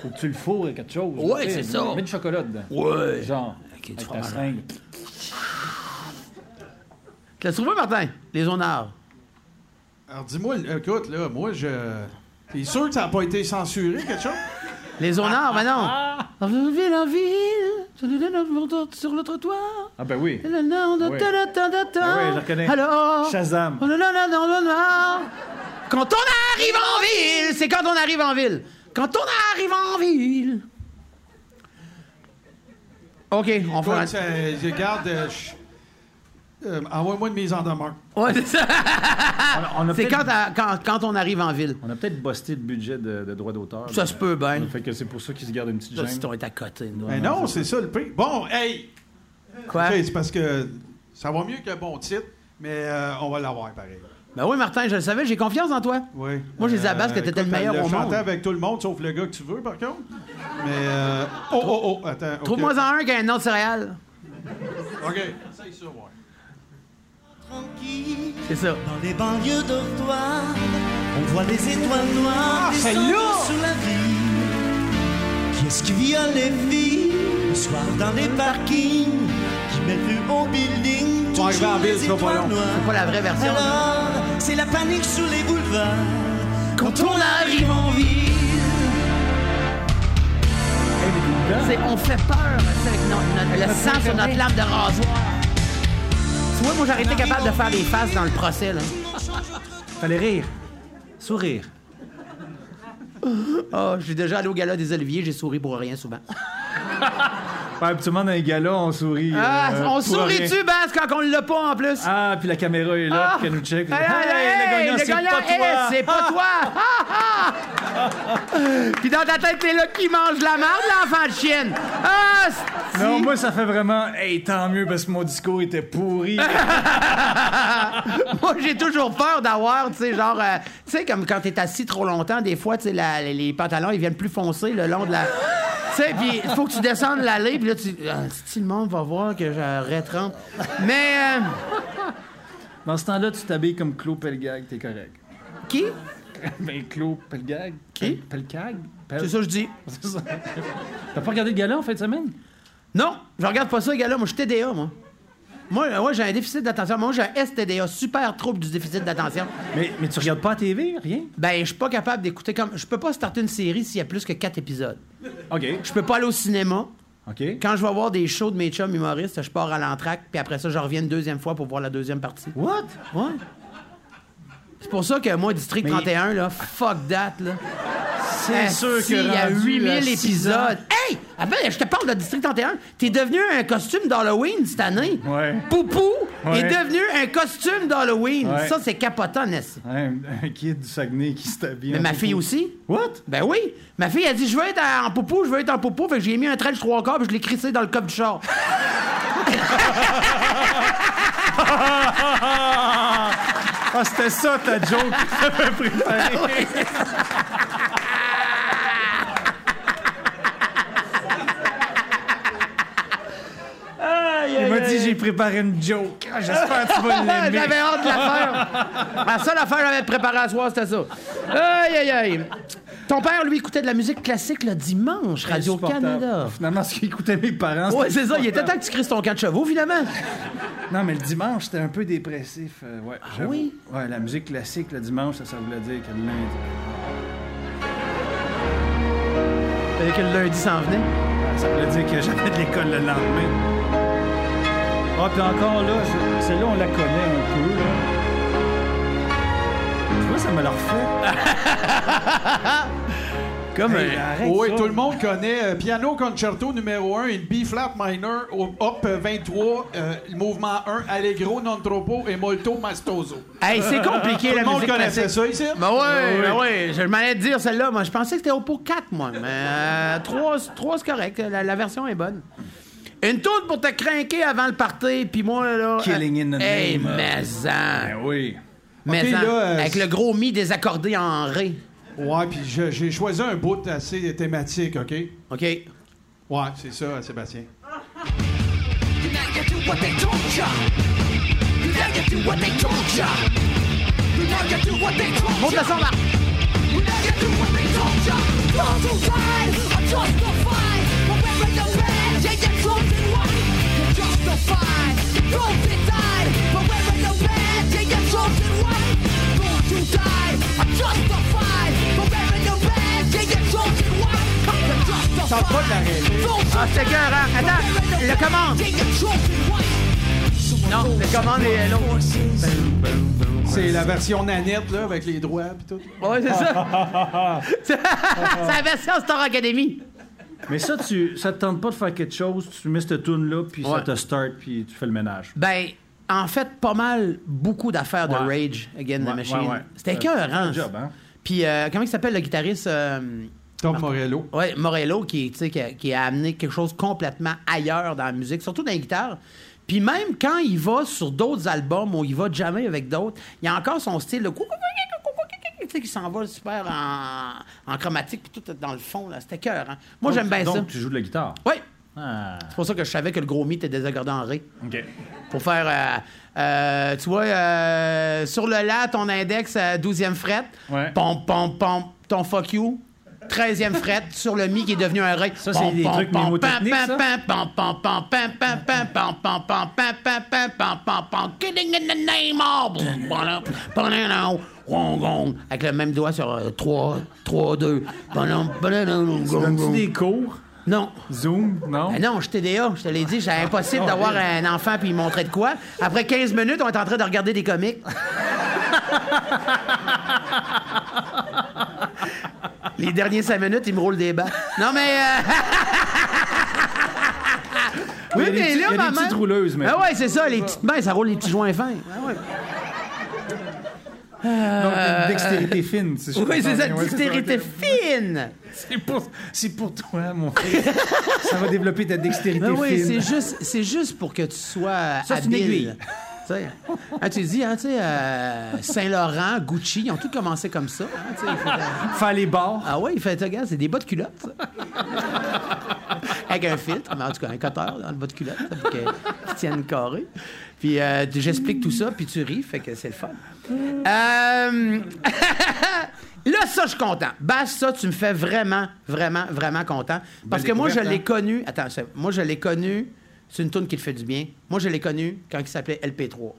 S2: Faut que tu le fourres avec quelque chose.
S1: Ouais,
S2: tu sais,
S1: c'est ça.
S2: Mets du chocolat dedans.
S1: Ouais.
S2: Genre,
S1: du
S2: avec ta
S1: fromage.
S2: seringue.
S1: Tu l'as trouvé, Martin? Les honneurs.
S3: Alors dis-moi, écoute, là, moi, je. T'es sûr que ça n'a pas été censuré, quelque chose?
S1: Les honneurs, mais non. En ville en ville, sur le- sur le trottoir.
S2: Ah ben oui.
S1: Et le nom de
S2: Oui.
S1: ta- ta- ta- ta- ta.
S2: Ah oui, je le reconnais.
S1: Alors.
S2: Shazam.
S1: Oh là là là là là là. Quand on arrive en ville, c'est quand on arrive en ville. Quand on arrive en ville. OK, on fait un-
S3: Écoute, euh, je garde. euh, je- euh, Envoie-moi une mise en demeure.
S1: Ouais, c'est ça.
S2: On a- on a
S1: C'est
S2: peut-être-
S1: quand, à- quand, quand on arrive en ville.
S2: On a peut-être busté le budget de, de droits d'auteur.
S1: Ça se peut bien.
S2: Fait que c'est pour ça qu'ils se gardent une petite
S1: Là, si
S2: gêne.
S1: on est à côté. nous.
S3: Mais Ben non, Ah, c'est ça le prix. Bon, hey!
S1: Quoi?
S3: Ok, c'est parce que ça va mieux que le bon titre, mais euh, on va l'avoir pareil.
S1: Ben oui, Martin, je le savais, j'ai confiance en toi.
S3: Oui.
S1: Moi, je les abasse que t'étais
S3: Euh, écoute,
S1: le meilleur
S3: elle
S1: au
S3: l'a
S1: monde.
S3: chanté avec tout le monde, sauf le gars que tu veux, par contre. Mais. euh, Oh, oh, oh, attends. ok.
S1: Trouve-moi en un qui a un nom de céréales.
S3: Ok, essaye ça, ouais.
S4: Tranquille,
S1: C'est ça.
S4: dans les banlieues dortoirs, on voit les étoiles
S3: Ah,
S4: noires descendre
S3: celle-là!
S4: sous la ville. Qu'est-ce qui viole les filles Le soir dans les parkings, qui met le haut building,
S3: Faut arriver en
S4: toujours
S3: ville,
S4: les
S3: ce sera pas
S4: étoiles
S3: long.
S4: noires.
S1: C'est pas la vraie version.
S4: Alors, c'est la panique sur les boulevards.
S1: Quand on arrive en ville, c'est- on fait peur avec notre, notre- le sang sur notre lame de rasoir. Tu vois, moi, j'aurais été capable de faire des faces dans le procès. Là.
S2: Fallait rire. Sourire.
S1: Oh, je suis déjà allé au gala des Oliviers, j'ai souri pour rien souvent.
S2: Ouais, habituellement, dans les galas, on sourit.
S1: Ah,
S2: euh,
S1: on
S2: pour rien.
S1: sourit-tu, Basse, quand on l'a pas en plus?
S2: Ah, puis la caméra est là, puis qu'elle nous check. Ah,
S1: Hey, hey, hey,
S2: le gagnant,
S1: le
S2: c'est
S1: gagnant,
S2: pas
S1: hey,
S2: toi.
S1: c'est pas toi! Ah, ah. Puis dans ta tête, t'es là qui mange la marde, l'enfant de chienne! Ah, c'est-
S2: Non, moi, ça fait vraiment. Hey, tant mieux, parce que mon discours était pourri.
S1: Moi, j'ai toujours peur d'avoir, tu sais, genre, euh, tu sais, comme quand t'es assis trop longtemps, des fois, tu sais, la- les- les pantalons, ils viennent plus foncés le long de la. Tu sais, puis il faut que tu descendes l'allée, puis là, tu. Ah, si le monde va voir que je rétrempe. Mais. euh,
S2: dans ce temps-là, tu t'habilles comme Claude Pelgag, t'es correct.
S1: qui?
S2: Ben, Claude Pelgag.
S1: Qui?
S2: Pel- Pelgag? Pel-
S1: C'est ça, que je dis.
S2: C'est ça. T'as pas regardé le gala en fin de semaine?
S1: Non, je regarde pas ça, les gars-là. Moi, je suis TDA, moi. Moi, euh, ouais, j'ai un déficit d'attention. Moi, j'ai un STDA, super trouble du déficit d'attention.
S2: Mais, mais tu regardes pas à TV, rien?
S1: Ben, je suis pas capable d'écouter comme. Je peux pas starter une série s'il y a plus que quatre épisodes.
S2: OK.
S1: Je peux pas aller au cinéma.
S2: OK.
S1: Quand je vais voir des shows de mes chums humoristes, je pars à l'entraque, puis après ça, je reviens une deuxième fois pour voir la deuxième partie.
S2: What?
S1: Ouais. C'est pour ça que moi, District
S2: Mais-
S1: 31, là, fuck that, là.
S2: C'est
S1: Ah,
S2: sûr
S1: si,
S2: que
S1: Il y a
S2: rendu
S1: 8000
S2: à six
S1: épisodes.
S2: ans-
S1: Hey! Ah ben, je te parle de District 31. T'es devenu un costume d'Halloween cette année.
S2: Ouais.
S1: Poupou
S2: Ouais.
S1: est devenu un costume d'Halloween.
S2: Ouais.
S1: Ça, c'est capotant, n'est-ce
S2: Ouais, Un, hein, un kid du Saguenay qui s'habille.
S1: Mais
S2: en
S1: ma
S2: poupou.
S1: fille aussi.
S2: What?
S1: Ben oui. Ma fille a dit Je veux être en poupou, je veux être en poupou. Fait que j'ai mis un trench trois quarts, puis je l'ai crissé dans le cop du char.
S2: Ah, c'était ça ta joke que t'avais préparée. Il m'a dit j'ai préparé une joke. Ah, J'espère que tu vas l'aimer.
S1: J'avais hâte de la faire. La seule affaire que j'avais préparée à soir, c'était ça. Aïe, aïe, aïe. Ton père, lui, écoutait de la musique classique le dimanche, Radio-Canada.
S2: Insupportable. Bah, Finalement, ce qu'écoutaient mes parents, c'était
S1: Ouais, c'est ça. Il était
S2: insupportable.
S1: temps que tu crisses ton camp de chevaux, finalement.
S2: Non, mais le dimanche, c'était un peu dépressif. euh, ouais, j'avoue.
S1: Ah oui?
S2: Ouais, la musique classique, le dimanche, ça, ça voulait dire que le lundi.
S1: Fallait que le lundi s'en venait.
S2: Ça voulait dire que j'avais de l'école le lendemain. Ah, puis encore là, je- celle-là, on la connaît un peu. Là. Tu vois, ça me l'a refait.
S1: Comme
S2: Hey,
S1: un...
S2: arrête
S3: Oui,
S2: ça.
S3: tout le monde connaît euh, Piano Concerto numéro 1 in B-flat minor, au- op 23, euh, mouvement 1, Allegro non troppo et molto mastoso.
S1: Hey, c'est compliqué,
S3: Tout
S1: la
S3: le monde
S1: musique
S3: connaissait
S1: classique.
S3: ça ici?
S1: Ben ouais, ben ouais, je m'allais te dire celle-là. Moi, je pensais que c'était au pot 4, moi. Mais 3, c'est correct. La, la version est bonne. Une tourne pour te craquer avant le party, puis moi, là... euh,
S2: Killing in the
S1: hey,
S2: name.
S1: mais
S2: Ben oui.
S1: Mais
S3: Ok,
S1: en-
S3: là, euh,
S1: avec le gros mi désaccordé en ré.
S3: Ouais, puis je- j'ai choisi un bout assez thématique, OK?
S1: OK.
S3: Ouais, c'est ça, Sébastien.
S5: You now you do what they told ya. You now you do what they told ya. You now you do what they told
S1: Monte
S5: ya.
S1: le son, Marc.
S5: You now you do what they told ya. Fall to line, or justified. But wearing the red, yeah, you're clothed in white. You're justified. You're clothed in dyed. But wearing the red, yeah, you're clothed in white. Born to die, I'm justified. But wearing the red, yeah, you're clothed in white. You're
S3: T'as pas de la
S5: justified.
S3: réalité.
S5: Clothed in
S1: Ah, c'est cœur, hein? Attends, le commande.
S5: Yeah, you're clothed in white.
S1: Non, le commande est l'autre.
S3: C'est la version nanette, là, avec les droits pis tout.
S1: Ouais, c'est ça. c'est la version Star Academy.
S2: Mais ça, tu, ça te tente pas de faire quelque chose, tu mets cette tune-là, puis ça
S1: Ouais.
S2: te start, puis tu fais le ménage.
S1: Ben, en fait, pas mal, beaucoup d'affaires de
S2: Ouais.
S1: Rage Against
S2: Ouais,
S1: the Machine.
S2: ouais, ouais.
S1: C'était
S2: Euh,
S1: écœurant.
S2: c'est un
S1: ça.
S2: job, hein?
S1: Puis, euh, comment il s'appelle le guitariste? euh,
S3: Tom Morello.
S1: Ouais, Morello qui, tu sais, qui, a, qui a amené quelque chose complètement ailleurs dans la musique, surtout dans les guitares. Puis même quand il va sur d'autres albums où il va jamais avec d'autres, il y a encore son style de cou- tu sais, qui s'en va super en, en chromatique puis tout dans le fond là, c'était cœur. hein. Moi j'aime bien
S2: Donc,
S1: ça.
S2: Donc, tu joues de la guitare.
S1: Oui,
S2: Ah,
S1: c'est pour ça que je savais que le gros mythe était désaccordé en ré
S2: OK.
S1: pour faire, euh, euh, tu vois, euh, sur le la, ton index, euh, 12e fret,
S2: Ouais.
S1: pom, pom, pom, ton fuck you, 13e fret sur le mi qui est devenu un ré. Ça,
S2: c'est des trucs mnémotechniques, ça?
S1: Killing in the name of... Wong, wong. Avec le même doigt sur 3, 3, 2.
S2: Donnes-tu des cours?
S1: Non.
S2: Zoom? Non?
S1: Ben non, je TDA, je te l'ai dit, c'est impossible d'avoir
S2: Ah,
S1: un enfant puis il montrait de quoi. Après 15 minutes, on est en train de regarder des comics. Les derniers 5 minutes, il me roule des bas. Non, mais. euh, oui,
S2: Il y a
S1: mais
S2: des petits-
S1: là,
S2: il y a des
S1: maman.
S2: petites rouleuses, mais-
S1: Ah ouais, c'est ça, les petites mains, ça roule les petits joints fins. Ah ouais.
S2: Donc, dextérité fine. si je
S1: Oui,
S2: comprends
S1: c'est ça,
S2: bien. Ouais,
S1: dextérité
S2: ça.
S1: fine.
S2: C'est pour, c'est pour toi, mon fils. ça va développer ta dextérité
S1: Ben oui,
S2: fine.
S1: c'est juste, c'est juste pour que tu sois
S2: Ça, c'est une
S1: habile.
S2: aiguille.
S1: Tu sais, hein, tu dis, hein, tu sais, euh, Saint-Laurent, Gucci, ils ont tous commencé comme ça. hein, tu sais, il faut-
S2: Faire les bars.
S1: ah ouais, il fait, regarde, c'est des bas de culotte, ça. Avec un filtre, mais en tout cas, un cutter dans le bas de culotte ça, pour que- qu'ils tiennent carré. Puis euh, j'explique tout ça, puis tu ris, fait que c'est le fun. Euh, Là, ça, je suis content. Basse, ça, tu me fais vraiment, vraiment, vraiment content. Parce que moi, je
S2: découverte,
S1: l'ai
S2: hein?
S1: connu. Attends, c'est- moi, je l'ai connu. C'est une tourne qui te fait du bien. Moi, je l'ai connu quand il s'appelait LP3.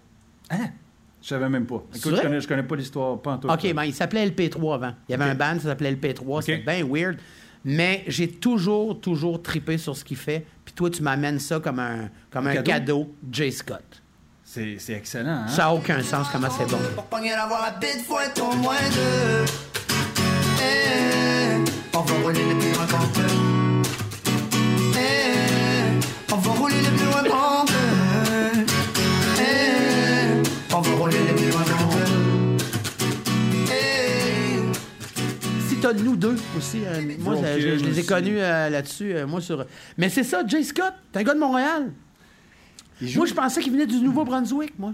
S2: Je savais même pas.
S1: C'est
S2: Écoute,
S1: vrai?
S2: je connais, je connais pas l'histoire, pas en tout.
S1: OK, ben, il s'appelait LP3 avant. Il y avait un band, ça s'appelait LP3. C'était bien weird. Mais j'ai toujours, toujours tripé sur ce qu'il fait. Puis toi, tu m'amènes ça comme un, comme un,
S2: cadeau?
S1: cadeau, Jay Scott.
S2: C'est, c'est excellent, hein?
S1: Ça n'a aucun sens, comment c'est bon.
S4: Pour pogner la voix rapide, faut être au moins deux. Eh, on va rouler le plus loin qu'on peut. Eh, on va rouler le plus loin qu'on peut. Eh, on va rouler le plus loin qu'on peut. Eh,
S1: Si t'as nous deux aussi, euh, moi,
S2: Ok,
S1: je- je, je les ai
S2: aussi.
S1: connus euh, là-dessus. euh, moi, sur... Mais c'est ça, Jay Scott, t'es un gars de Montréal.
S2: Il joue-
S1: Moi, je pensais qu'il venait du Nouveau-Brunswick, moi.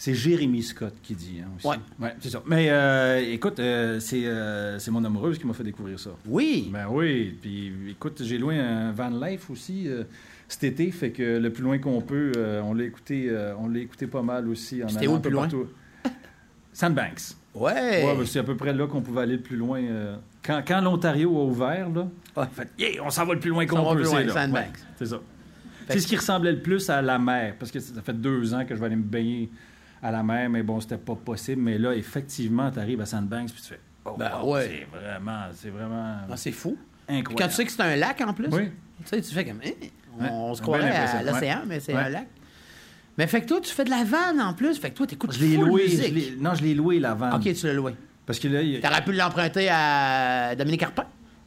S2: C'est Jérémy Scott qui dit, hein, aussi.
S1: Ouais.
S2: c'est ça. Mais euh, écoute, euh, c'est, euh, c'est mon amoureuse qui m'a fait découvrir ça.
S1: Oui.
S2: Ben oui, puis écoute, j'ai loué un van life aussi euh, cet été, fait que le plus loin qu'on peut, euh, on l'a écouté, euh, on l'a écouté pas mal aussi. en
S1: C'était
S2: allant
S1: où
S2: un
S1: le
S2: peu
S1: plus loin?
S2: partout. Sandbanks.
S1: Ouais.
S2: Ouais, ben, c'est à peu près là qu'on pouvait aller le plus loin. euh, quand quand l'Ontario a ouvert, là,
S1: Ah,
S2: en fait, yeah, on s'en va le plus loin
S1: s'en va
S2: qu'on peut.
S1: plus loin,
S2: c'est là.
S1: Sandbanks.
S2: Ouais, c'est ça. C'est ce qui ressemblait le plus à la mer, parce que ça fait deux ans que je vais aller me baigner à la mer, mais bon, c'était pas possible. Mais là, effectivement, tu arrives à Sandbanks, puis tu fais. Oh,
S1: Ben
S2: wow,
S1: ouais.
S2: C'est vraiment, c'est vraiment
S1: Ah, c'est fou. Puis
S2: incroyable.
S1: quand tu sais que c'est un lac en plus,
S2: Oui.
S1: tu sais, tu fais comme. Hein, on,
S2: Ouais,
S1: on se
S2: bien
S1: croirait à
S2: impressionnant,
S1: l'océan,
S2: ouais.
S1: mais c'est
S2: Ouais.
S1: un lac. Mais fait que toi, tu fais de la vanne en plus. Fait que toi, t'écoutes
S2: Je l'ai
S1: full
S2: loué. je l'ai-
S1: musique.
S2: non, je l'ai loué la vanne.
S1: Ok, tu l'as loué.
S2: Parce que là, il y a...
S1: T'aurais pu l'emprunter à Dominique Arpin.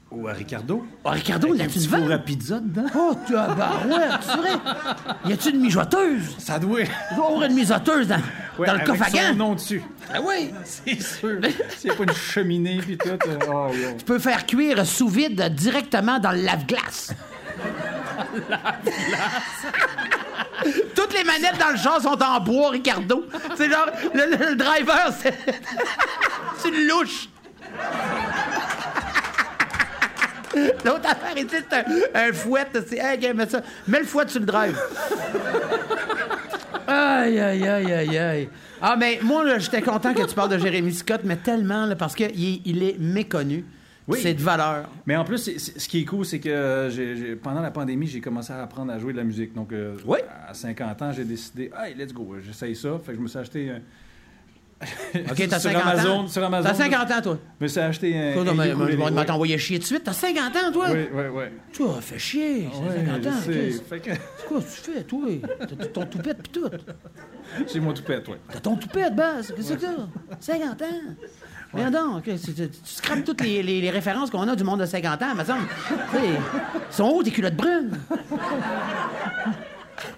S2: Ou à Ricardo.
S1: Oh, Ricardo, il
S2: un
S1: a-tu
S2: petit
S1: de
S2: four à
S1: vanne?
S2: pizza dedans.
S1: Oh, tu as bah ouais, c'est vrai. Y a-tu une mijoteuse?
S2: Ça doit.
S1: Il doit y avoir une mijoteuse dans,
S2: Ouais,
S1: dans le
S2: avec
S1: coffre à
S2: son
S1: gants.
S2: nom dessus.
S1: Ah oui.
S2: C'est sûr. S'il n'y a pas une cheminée puis tout. euh, Oh, wow.
S1: Tu peux faire cuire sous vide directement dans le lave-glace. Toutes les manettes dans le char sont en bois, Ricardo. C'est genre, le, le- le driver, c'est c'est une louche. L'autre affaire, ici, c'est un, un fouet. C'est, hey, gars, mets, ça. mets le fouet sur le drive. Aïe, aïe, aïe, aïe, aïe. Ah, mais moi, là, j'étais content que tu parles de Jérémy Scott, mais tellement, là, parce qu'il il il est méconnu.
S2: Oui.
S1: C'est de valeur.
S2: Mais en plus, c'est- c'est- ce qui est cool, c'est que euh, j'ai- j'ai- pendant la pandémie, j'ai commencé à apprendre à jouer de la musique. Donc, euh,
S1: Oui.
S2: à 50 ans, j'ai décidé, hey, let's go, j'essaye ça. Fait que je me suis acheté un.
S1: OK, t'as
S2: Sur
S1: 50 ans.
S2: Amazon, sur Amazon.
S1: T'as 50 ans, toi.
S2: Je me suis acheté un.
S1: Toi, non,
S2: un
S1: mais,
S2: ukulélé.
S1: je vais t'envoyer chier tout de suite. T'as 50 ans, toi?
S2: Oui, oui, oui.
S1: Toi, fais chier. T'as
S2: Ah Ouais,
S1: 50
S2: je
S1: ans.
S2: sais.
S1: Qu'est-ce
S2: Fait que
S1: quoi tu fais, toi? T'as ton toupette pis tout.
S2: j'ai mon toupette, oui.
S1: T'as ton toupette, basse. Qu'est-ce que c'est que ça? 50 ans. Mais donc, tu, tu- tu scrapes toutes les, les- les références qu'on a du monde de 50 ans, me semble. Tu sais, Ils sont hauts, tes culottes brunes.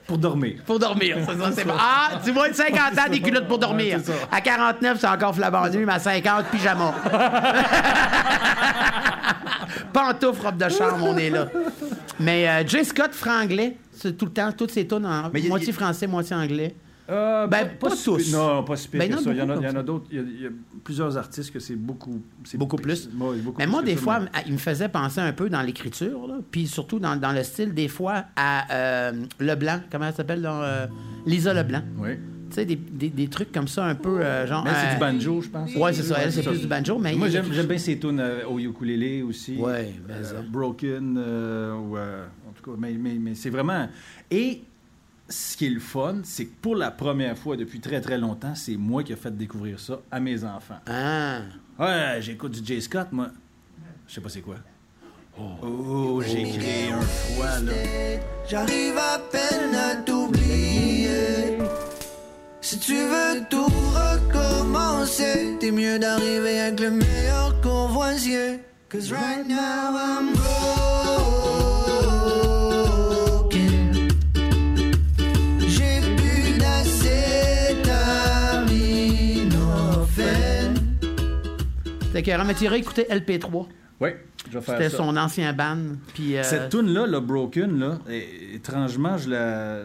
S2: Pour dormir.
S1: Pour dormir, c'est ça, c'est bon. Ah, tu vois, 50 ans, des culottes pour dormir.
S2: Ouais, c'est ça.
S1: À 49, c'est encore flambant nu, mais à 50, pyjama. Pantoufle, robe de chambre, on est là. Mais euh, Jay Scott franglais, c'est tout le temps, toutes ces tunes en
S2: Mais y a-
S1: moitié
S2: y a-
S1: français, moitié anglais.
S2: Euh,
S1: Ben,
S2: pas,
S1: pas
S2: si
S1: tous.
S2: pire- Non, pas si pire
S1: Ben,
S2: que
S1: non,
S2: ça. Il y en a,
S1: beaucoup
S2: il y en
S1: comme
S2: a d'autres. Il y a- il y, a plusieurs artistes que c'est beaucoup. c'est
S1: Beaucoup plus.
S2: Ouais, beaucoup
S1: mais
S2: plus
S1: moi,
S2: que
S1: des
S2: ça,
S1: fois,
S2: mais-
S1: à- il me faisait penser un peu dans l'écriture, là, puis surtout dans, dans le style, des fois, à euh, Leblanc, comment elle s'appelle? là, euh, Lisa Leblanc.
S2: Oui.
S1: Tu Tu sais, des, des- des trucs comme ça, un peu euh, genre.
S2: Mais c'est
S1: euh,
S2: du banjo, je pense.
S1: Ouais, c'est ça. Elle, c'est plus du banjo, mais.
S2: Moi,
S1: il y a
S2: j'aime
S1: quelque
S2: j'aime bien ces tunes euh, au ukulélé aussi.
S1: Ouais, ben
S2: Euh,
S1: ça.
S2: Broken, euh, ou, euh, en tout cas, mais, mais, mais c'est vraiment... Et ce qui est le fun, c'est que pour la première fois depuis très, très longtemps, c'est moi qui ai fait découvrir ça à mes enfants.
S1: chose- Ah.
S2: Ouais, j'écoute du Jay Scott, moi. Je sais pas c'est quoi. Oh, j'ai créé un froid, là.
S4: J'arrive à peine à t'oublier. Si tu veux tout recommencer, t'es mieux d'arriver avec le meilleur courvoisier. Cause right now I'm broken. J'ai plus d'acétaminophène.
S1: C'était écœurant. Mais tu irais écouter LP3.
S2: Oui, je vais faire
S1: C'était
S2: ça.
S1: son ancien band. Puis. euh,
S2: Cette tune-là, le Broken, là, é- étrangement, je la.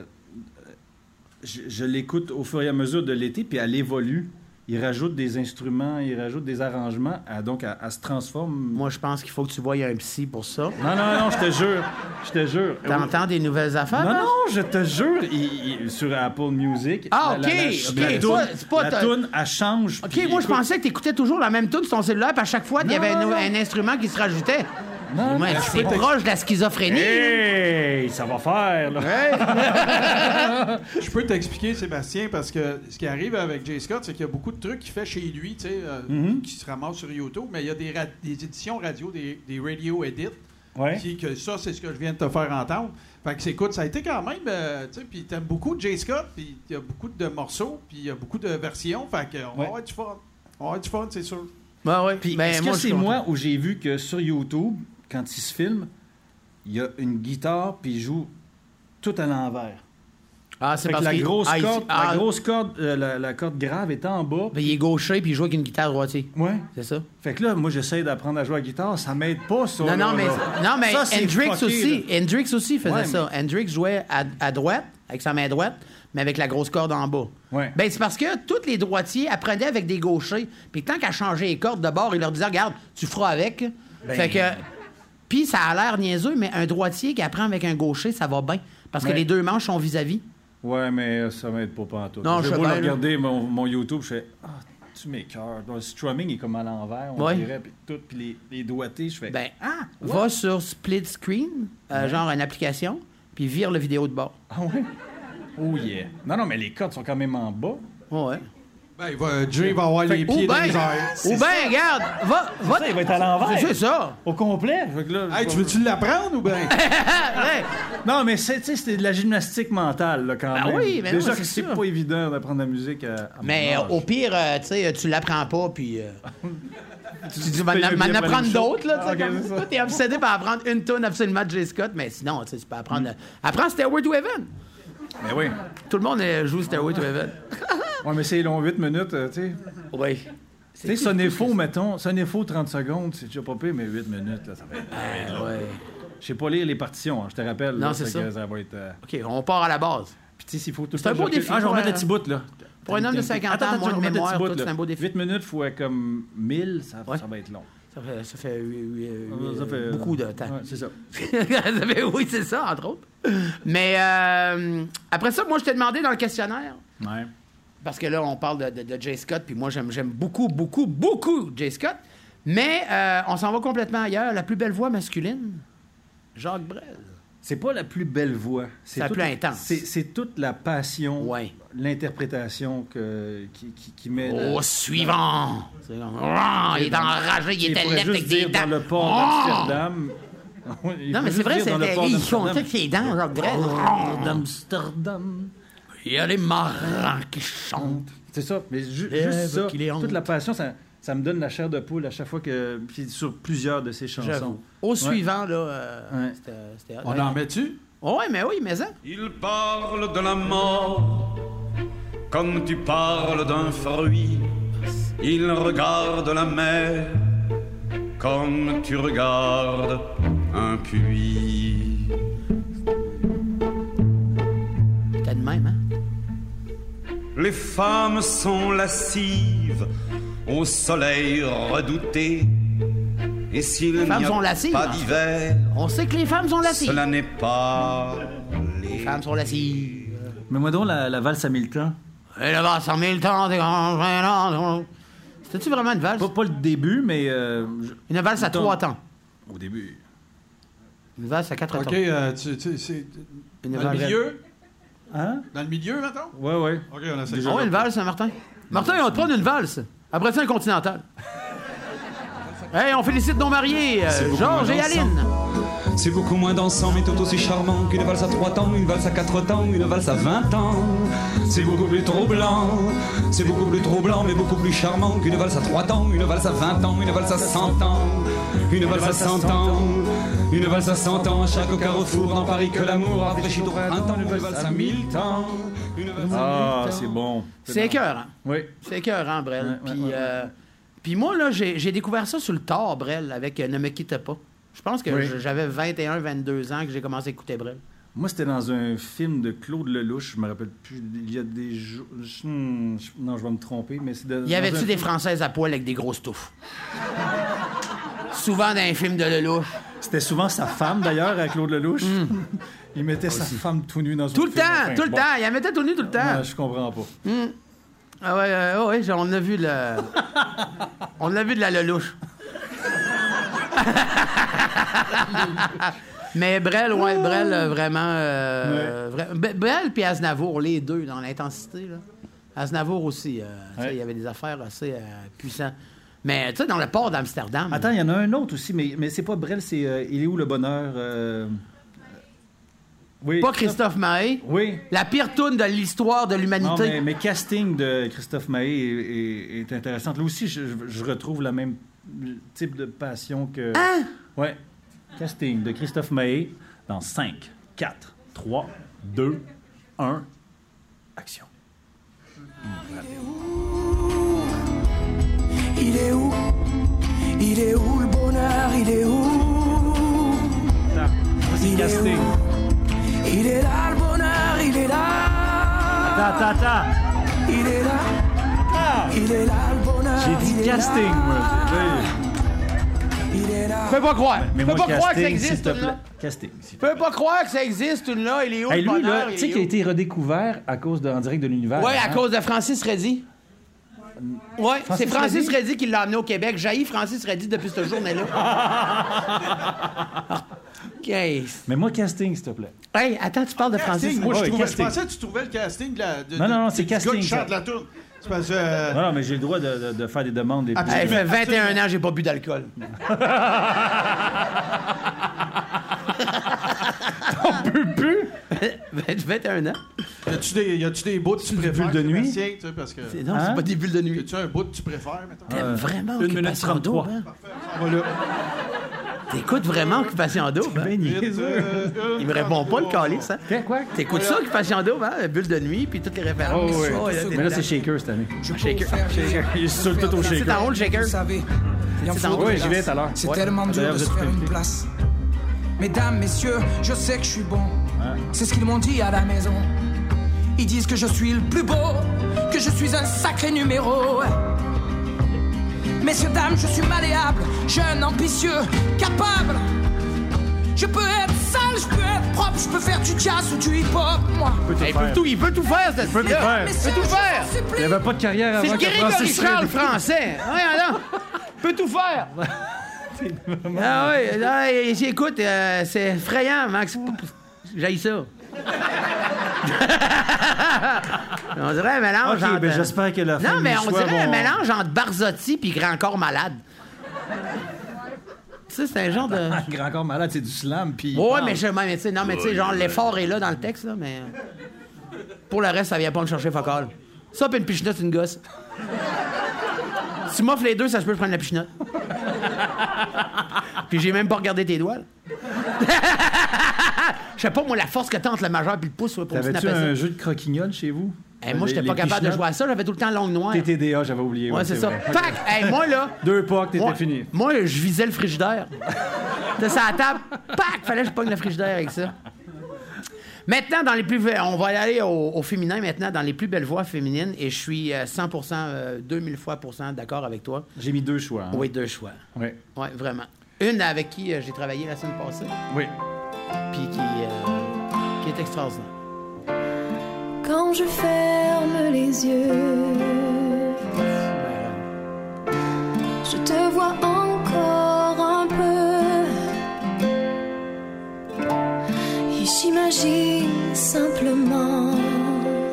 S2: Je, je l'écoute au fur et à mesure de l'été, puis elle évolue. Il rajoute des instruments, il rajoute des arrangements, elle- donc elle, elle se transforme.
S1: Moi, je pense qu'il faut que tu voies un psy pour ça.
S2: Non, non, non, je te jure. Je te jure.
S1: T'entends des nouvelles affaires?
S2: Non,
S1: là?
S2: non, je te jure, il- il- sur Apple Music.
S1: Ah,
S2: la- la-
S1: ok, ok,
S2: la- la
S1: c'est
S2: toune-
S1: pas- c'est pas
S2: La
S1: ta-
S2: tune, elle change.
S1: OK,
S2: puis
S1: moi, je
S2: écoute-
S1: pensais que t'écoutais toujours la même tune sur ton cellulaire, puis à chaque fois, il y avait un,
S2: non, non.
S1: un instrument qui se rajoutait.
S2: Non,
S1: Moi,
S2: non,
S1: c'est proche de la schizophrénie.
S2: Eh. Hey, ça va faire, là.
S3: Je peux t'expliquer, Sébastien, parce que ce qui arrive avec Jay Scott, c'est qu'il y a beaucoup de trucs qu'il fait chez lui, tu sais, euh,
S2: Mm-hmm.
S3: qui se ramassent sur YouTube, mais il y a des, ra- des éditions radio, des, des radio edits,
S2: Ouais.
S3: qui- que ça, c'est ce que je viens de te faire entendre. Fait que c'est- écoute, ça a été quand même, euh, tu sais, puis t'aimes beaucoup Jay Scott, puis il y a beaucoup de morceaux, puis il y a beaucoup de versions, fait que on va
S2: Ouais.
S3: avoir du fun. On va avoir du fun, c'est sûr.
S1: Ben oui.
S2: Puis
S1: Ben,
S2: est-ce
S1: moi,
S2: que
S1: je
S2: c'est
S1: suis
S2: moi où j'ai vu que sur YouTube, quand il se filme, il y a une guitare puis il joue tout à l'envers.
S1: content. Ah, c'est
S2: Fait que
S1: parce
S2: la
S1: qu'il-
S2: grosse
S1: ah, il-
S2: corde,
S1: ah,
S2: la grosse corde, euh, la, la corde grave est en bas.
S1: ben, il est gaucher, puis il joue avec une guitare droitier.
S2: Ouais.
S1: C'est ça?
S2: Fait que là, moi j'essaie d'apprendre à jouer à la guitare, ça m'aide pas ça.
S1: Non,
S2: là,
S1: non, mais,
S2: là.
S1: non, mais
S2: Ça, c'est
S1: Hendrix
S2: fucké,
S1: aussi.
S2: là.
S1: Hendrix aussi faisait
S2: Ouais,
S1: ça. Hendrix jouait à, à droite, avec sa main droite, mais avec la grosse corde en bas.
S2: Ouais.
S1: Ben, c'est parce que tous les droitiers apprenaient avec des gauchers. Puis tant qu'à changer les cordes de bord, ils leur disaient Regarde, tu feras avec.
S2: Ben,
S1: Fait
S2: euh,
S1: que. Puis ça a l'air niaiseux, mais un droitier qui apprend avec un gaucher, ça va bien. Parce que
S2: Ouais.
S1: les deux manches sont vis-à-vis.
S2: Ouais, mais euh, ça m'aide pas pantoute.
S1: Non, je
S2: je
S1: sais
S2: vais
S1: bien, là.
S2: regarder mon, mon YouTube, je fais ah, tu m'écœures. Le strumming est comme à l'envers, on
S1: Ouais.
S2: dirait puis tout puis les, les doigtés, je fais
S1: Ben,
S2: ah,
S1: va sur split screen, euh, genre une application, puis vire le vidéo de bord.
S2: ah ouais. Oh yeah. Non non, mais les cordes sont quand même en bas.
S1: Ouais.
S3: Ben, il va, Jay va avoir les
S1: Ou
S2: oh,
S3: pieds dans
S1: bien,
S3: les airs.
S1: ou ben, regarde, va, va.
S2: Ça, il va être à l'envers.
S1: C'est ça.
S2: Au complet. Fait que là,
S3: Hey,
S2: je-
S3: tu veux-tu l'apprendre ou ben?
S1: Ouais.
S2: Non, mais c'est, tu sais, c'était de la gymnastique mentale, là, quand
S1: Ben
S2: même.
S1: oui, mais non,
S2: Déjà
S1: c'est
S2: que c'est
S1: sûr.
S2: pas évident d'apprendre la musique à, à mon
S1: Mais euh,
S2: âge.
S1: au pire, euh, tu sais, tu l'apprends pas, puis. euh, tu tu vas
S2: payes un
S1: en- en
S2: billet pour aller
S1: apprendre
S2: au show.
S1: d'autres, là.
S2: Ah,
S1: tu sais,
S2: ok,
S1: comme-
S2: c'est ça.
S1: Toi, t'es obsédé par apprendre une tonne absolument de J. Scott, mais sinon, tu sais, tu peux
S2: Mm.
S1: apprendre. euh, Apprends Stairway to Heaven.
S2: Mais oui.
S1: Tout le monde euh, joue Stairway to Heaven.
S2: Ouais, mais c'est long, 8 minutes, euh, tu sais.
S1: Oui.
S2: Tu sais, sonner faux, mettons. Sonner faux 30 secondes, c'est déjà pas pire, mais 8 minutes, là, ça va être... Je sais pas lire les partitions, hein, je te rappelle.
S1: Non,
S2: là,
S1: c'est
S2: fait
S1: ça.
S2: que ça va être... euh,
S1: OK, on part à la base.
S2: Puis tu sais, s'il faut tout le
S1: C'est un
S2: temps
S1: beau
S2: que je recule-
S1: défi
S2: Ah, je
S1: pour
S2: vais remettre
S1: un-
S2: le petit bout, là.
S1: Pour un homme de 50 ans, moins de mémoire, tout, c'est un beau défi.
S2: 8 minutes fois comme 1000, ça,
S1: Ouais.
S2: ça va être long.
S1: Ça fait, ça fait, euh,
S2: Ça
S1: euh,
S2: fait, euh,
S1: beaucoup de temps.
S2: ouais, c'est ça.
S1: Ça fait- oui, c'est ça, entre autres. Mais euh, après ça, moi, je t'ai demandé dans le questionnaire,
S2: Ouais.
S1: parce que là, on parle de, de, de Jay Scott, puis moi, j'aime, j'aime beaucoup, beaucoup, beaucoup Jay Scott. Mais euh, on s'en va complètement ailleurs. La plus belle voix masculine, Jacques Brel.
S2: C'est pas la plus belle voix. C'est
S1: la
S2: toute-
S1: plus intense.
S2: C'est, c'est toute la passion,
S1: Ouais.
S2: l'interprétation que, qui, qui, qui met. la-
S1: Au suivant! C'est comme, Rah, il est enragé, il
S2: pourrait
S1: était laid
S2: juste
S1: avec des
S2: dire
S1: dents.
S2: dans le port
S1: Rah!
S2: d'Amsterdam. Il
S1: Non, mais
S2: pourrait
S1: c'est vrai,
S2: juste
S1: c'est
S2: dire dans le port
S1: ils font
S2: d'Amsterdam.
S1: toutes les dents, Jacques Brel.
S2: Oh.
S1: Rah!
S2: d'Amsterdam.
S1: Il y a les marins qui chantent.
S2: C'est ça, mais ju-
S1: Lève
S2: juste ça,
S1: qu'il est honte.
S2: toute la passion, ça, ça me donne la chair de poule à chaque fois que. Puis sur plusieurs de ses chansons.
S1: J'avoue. Au suivant, là, euh,
S2: Ouais.
S1: c'était, c'était-
S3: On
S1: ouais.
S3: en met-tu?
S1: Ouais, mais oui, mais ça.
S6: Il parle de la mort comme tu parles d'un fruit. Il regarde la mer comme tu regardes un puits.
S1: T'as de même, hein?
S6: Les femmes sont lascives au soleil redouté. Et s'il n'y
S1: femmes sont
S6: a
S1: lascives,
S6: pas
S1: hein.
S6: d'hiver,
S1: On sait que les femmes sont lassives.
S6: cela n'est pas
S1: Les femmes sont lassives.
S2: Mais moi donc la, la valse à mille temps.
S1: Et le bassin mille temps, des grands gênants. C'était-tu vraiment une valse?
S2: Pas, pas le début, mais. euh, je-
S1: Une valse à
S2: Tom.
S1: trois temps.
S2: Au début.
S1: Une valse à quatre
S3: OK,
S1: temps.
S3: euh, tu, tu- c'est-
S1: Une
S3: dans le
S1: valse.
S3: milieu?
S2: Hein?
S3: Dans le milieu, mettons?
S2: Ouais, ouais.
S3: OK, on essaie
S1: Ah ouais, une valse, hein, Martin? Martin, on te prend une valse. Après ça, un continental. Hey, on félicite nos mariés, euh,
S6: C'est beaucoup
S1: Georges et
S6: moins dansant.
S1: Aline.
S6: C'est beaucoup moins dansant, mais tout aussi charmant qu'une valse à 3 temps, une valse à 4 temps, une valse à 20 ans. C'est beaucoup plus troublant, c'est beaucoup plus troublant, mais beaucoup plus charmant qu'une valse à 3 temps, une valse à 20 ans, une valse à 100 ans, une valse à 100 ans, une valse à 100 ans, chaque carrefour dans Paris que l'amour a rafraîchi au printemps, une valse à 1000 temps, une valse à
S2: Ah, c'est bon.
S1: C'est écœurant.
S2: Oui.
S1: C'est écœurant, Brel.
S2: Ouais, ouais,
S1: puis,
S2: ouais, ouais.
S1: euh, puis moi, là, j'ai j'ai découvert ça sur le tard, Brel, avec euh, Ne me quitte pas. Je pense que
S2: Oui.
S1: je- j'avais 21, 22 ans que j'ai commencé à écouter Brel.
S2: Moi, c'était dans un film de Claude Lelouch, je me rappelle plus. Il y a des jours. je- hmm, je- Non, je vais me tromper, mais c'est. de-
S1: Y
S2: dans
S1: avait-tu
S2: un-
S1: des Françaises à poil avec des grosses touffes? Souvent dans un film de Lelouch.
S2: C'était souvent sa femme, d'ailleurs, à Claude Lelouch. Il mettait sa femme tout nue dans son
S1: Hmm. Tout le
S2: film.
S1: temps,
S2: Enfin,
S1: tout le
S2: bon.
S1: temps. Il en mettait tout nu tout le temps.
S2: Ouais, je comprends pas.
S1: Ah ouais, euh, ouais, ouais, on a vu le. on a vu de la lelouche. Mais Brel, ouais, Brel, euh, vraiment. euh, vra- Be- Brel puis Aznavour, les deux, dans l'intensité. là. Aznavour aussi. euh, tu sais,
S2: Ouais.
S1: Il y avait des affaires assez euh, puissantes. Mais tu sais, dans le port d'Amsterdam.
S2: Attends, il y en a un autre aussi, mais, mais c'est pas Brel, c'est euh, Il est où le bonheur euh, Oui.
S1: pas Christophe Maé.
S2: Oui.
S1: La pire toune de l'histoire de
S2: Non, mais,
S1: l'humanité.
S2: mais casting de Christophe Maé est, est- est intéressant. Là aussi, je, je- je retrouve la même type de passion que.
S1: Hein?
S2: Ouais. Casting de Christophe Maé dans 5, 4, 3, 2, 1. Action.
S7: Il est où Il est où le bonheur Il est où
S2: Ça, c'est
S7: Il est
S2: casting.
S7: où Il est là le bonheur, il est là
S2: Ta, ta, ta.
S7: Il est là Il est là le bonheur
S2: J'ai dit
S7: il est là.
S2: casting, moi. Oui.
S7: Il est là
S1: Peux pas croire. Peux pas croire que ça
S2: s'il
S1: existe,
S2: te plaît.
S1: là.
S2: Casting, s'il te
S1: Peux pas croire que ça existe, une là. Il est où
S2: Hey,
S1: le
S2: lui,
S1: bonheur,
S2: là,
S1: il
S2: tu sais
S1: est
S2: qu'il a
S1: où?
S2: été redécouvert à cause de, en direct de l'univers.
S1: Oui, à
S2: hein?
S1: cause de Francis Reddy. Oui, c'est
S2: Francis
S1: Francis
S2: Reddy?
S1: Reddy qui l'a amené au Québec. Jaillit Francis Reddy depuis cette journée-là. OK. Hey,
S2: Mais moi, casting, s'il te plaît.
S1: attends, tu parles de Francis
S3: Casting,
S1: Reddy.
S3: moi, je,
S2: Ouais,
S3: trouvais- je
S2: casting.
S3: pensais que tu trouvais le casting de la. de-
S2: Non, non, non,
S3: de-
S2: c'est
S3: du gars qui
S2: casting,
S3: chante
S2: ça.
S3: la tourne. C'est parce que. euh,
S2: Non, non, mais j'ai le droit de, de- de faire des demandes. Et puis-
S1: Hey,
S3: Absolument.
S1: ça fait 21 ans, j'ai pas bu d'alcool. On peut plus? 21 ans?
S3: Y a-tu des, y a-tu des bouts que tu préfères?
S2: bulles de nuit?
S3: Sébastien, Tu sais, parce que.
S1: C'est- Non,
S2: Hein?
S1: c'est pas des bulles de nuit. Ah.
S3: As-tu un bout que tu préfères, mettons?
S1: T'aimes vraiment
S2: une minute
S1: Occupation
S2: trente-trois.
S1: Double, hein?
S3: Voilà.
S1: T'écoutes vraiment Occupation Double? hein?
S2: Ben,
S3: Vite,
S2: niaiseux.
S3: euh,
S1: Il me répond pas, le calice, hein?
S2: Fais quoi?
S1: T'écoutes ça, Occupation Double, hein? Bulle de nuit, puis toutes les
S2: Oh,
S1: références.
S2: oui.
S1: Oh, il y a des
S2: Mais là,
S1: dates.
S2: c'est shaker cette année.
S1: Shaker.
S2: Il est sur le tout au
S1: C'est
S2: shaker.
S1: dans Roll Shaker.
S7: Vous savez, il en
S1: C'est
S7: faut
S1: en
S7: de
S1: haut,
S7: la
S2: j'y vais
S7: place.
S2: tout à l'heure.
S7: C'est
S2: Ouais.
S7: tellement dur
S2: D'ailleurs,
S7: de
S2: vous
S7: se
S2: êtes
S7: faire une
S2: invité.
S7: place. Mesdames, messieurs, je sais que je suis bon. C'est ce qu'ils m'ont dit à la maison. Ils disent que je suis le plus beau, que je suis un sacré numéro. Messieurs, dames, je suis malléable, jeune, ambitieux, capable. Je peux être sale, je peux être propre, je peux faire du jazz ou du hip-hop, moi.
S1: Il peut tout, il peut tout faire, cette
S2: peut tout
S1: fille-là.
S2: faire.
S1: Il peut tout faire.
S2: Il n'y avait pas de carrière
S1: C'est
S2: avant
S1: le
S2: que
S1: Grégory
S2: Francis
S1: Charles
S2: Reddy-
S1: français. Ouais, non. Il peut tout faire. Ah oui, là, et- et- écoute, euh, c'est effrayant, Max. J'aille ça. on dirait un mélange
S2: Ok,
S1: entre... euh,
S2: ben, j'espère que la fin
S1: Non,
S2: de
S1: mais
S2: mes
S1: on
S2: choix
S1: dirait un
S2: vont-
S1: mélange entre Barzotti puis Grand Corps Malade. tu sais, c'est un genre de...
S2: Ah, Grand corps malade, c'est du slam. Puis il
S1: Ouais,
S2: parle.
S1: mais je mais tu sais, non, mais tu sais, genre, l'effort est là dans le texte, là, mais. euh, Pour le reste, ça vient pas me chercher focal. Ça, puis une pichenote, une gosse. si tu m'offres les deux, ça se peut, je prendre la pichenote. puis j'ai même pas regardé tes doigts, là. Je sais pas, moi, la force que tente le majeur puis le pouce ouais, pour me
S2: T'avais-tu
S1: snapper ça.
S2: un jeu de croquignol chez vous?
S1: Hey, moi, j'étais pas capable de jouer à ça, j'avais tout le temps longue noire.
S2: TTDA, j'avais oublié.
S1: Ouais,
S2: ouais,
S1: c'est ça.
S2: vrai.
S1: Pac! Hey, moi, là.
S2: Deux pocs,
S1: Moi,
S2: t'étais fini.
S1: Moi, je visais le frigidaire. De sa table, pac, fallait que je pogne le frigidaire avec ça. Maintenant, dans les plus, on va aller au, au féminin maintenant, dans les plus belles voix féminines, et je suis euh, 100%, euh, 2000 fois pour cent d'accord avec toi.
S2: J'ai mis deux choix. hein.
S1: Oui, deux choix.
S2: Ouais.
S1: Oui, vraiment. Une avec qui euh, j'ai travaillé la semaine passée,
S2: Oui.
S1: puis qui, euh, qui est extraordinaire.
S8: Quand je ferme les les yeux. Je te vois encore un peu et j'imagine simplement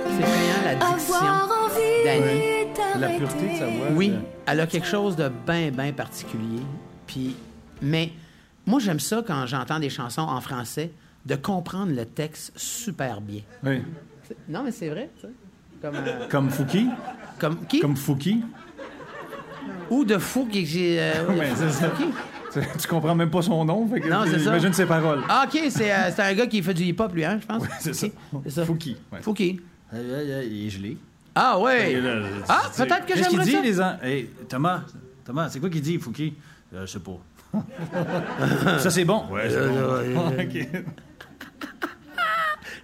S1: C'est payant, la diction.
S8: avoir envie
S1: d'Annie.
S2: La
S8: d'arrêter.
S2: pureté de sa voix.
S1: Oui,
S2: euh,
S1: elle a quelque chose de bien, bien particulier. Puis, mais moi, j'aime ça quand j'entends des chansons en français, de comprendre le texte super bien.
S2: Oui.
S1: C'est- Non, mais c'est vrai, tu sais. Comme, euh,
S2: Comme Fouki.
S1: comme qui?
S2: Comme Fouki.
S1: Ou de fou qui... j'ai... euh,
S2: Ouais, c'est ça.
S1: qui?
S2: Tu tu comprends même pas son nom. Fait que
S1: Non, c'est ça.
S2: J'imagine ses paroles.
S1: Ah, OK, c'est euh, c'est un gars qui fait du hip-hop, lui, hein, je pense.
S2: c'est ça.
S1: Ok, C'est ça.
S2: Fouki, ouais.
S1: Fouki.
S2: Aïe, aïe, aïe, Il est gelé.
S1: Ah,
S2: Et
S1: ouais.
S2: là, je-
S1: Ah,
S2: c'est-
S1: peut-être que
S2: Qu'est-ce qu'il
S1: j'aimerais
S2: dit,
S1: ça.
S2: les gens? Hey, Thomas, Thomas, c'est quoi qu'il dit, Fouki? Euh, je sais pas. ça, c'est bon. Ouais, c'est bon. Ok.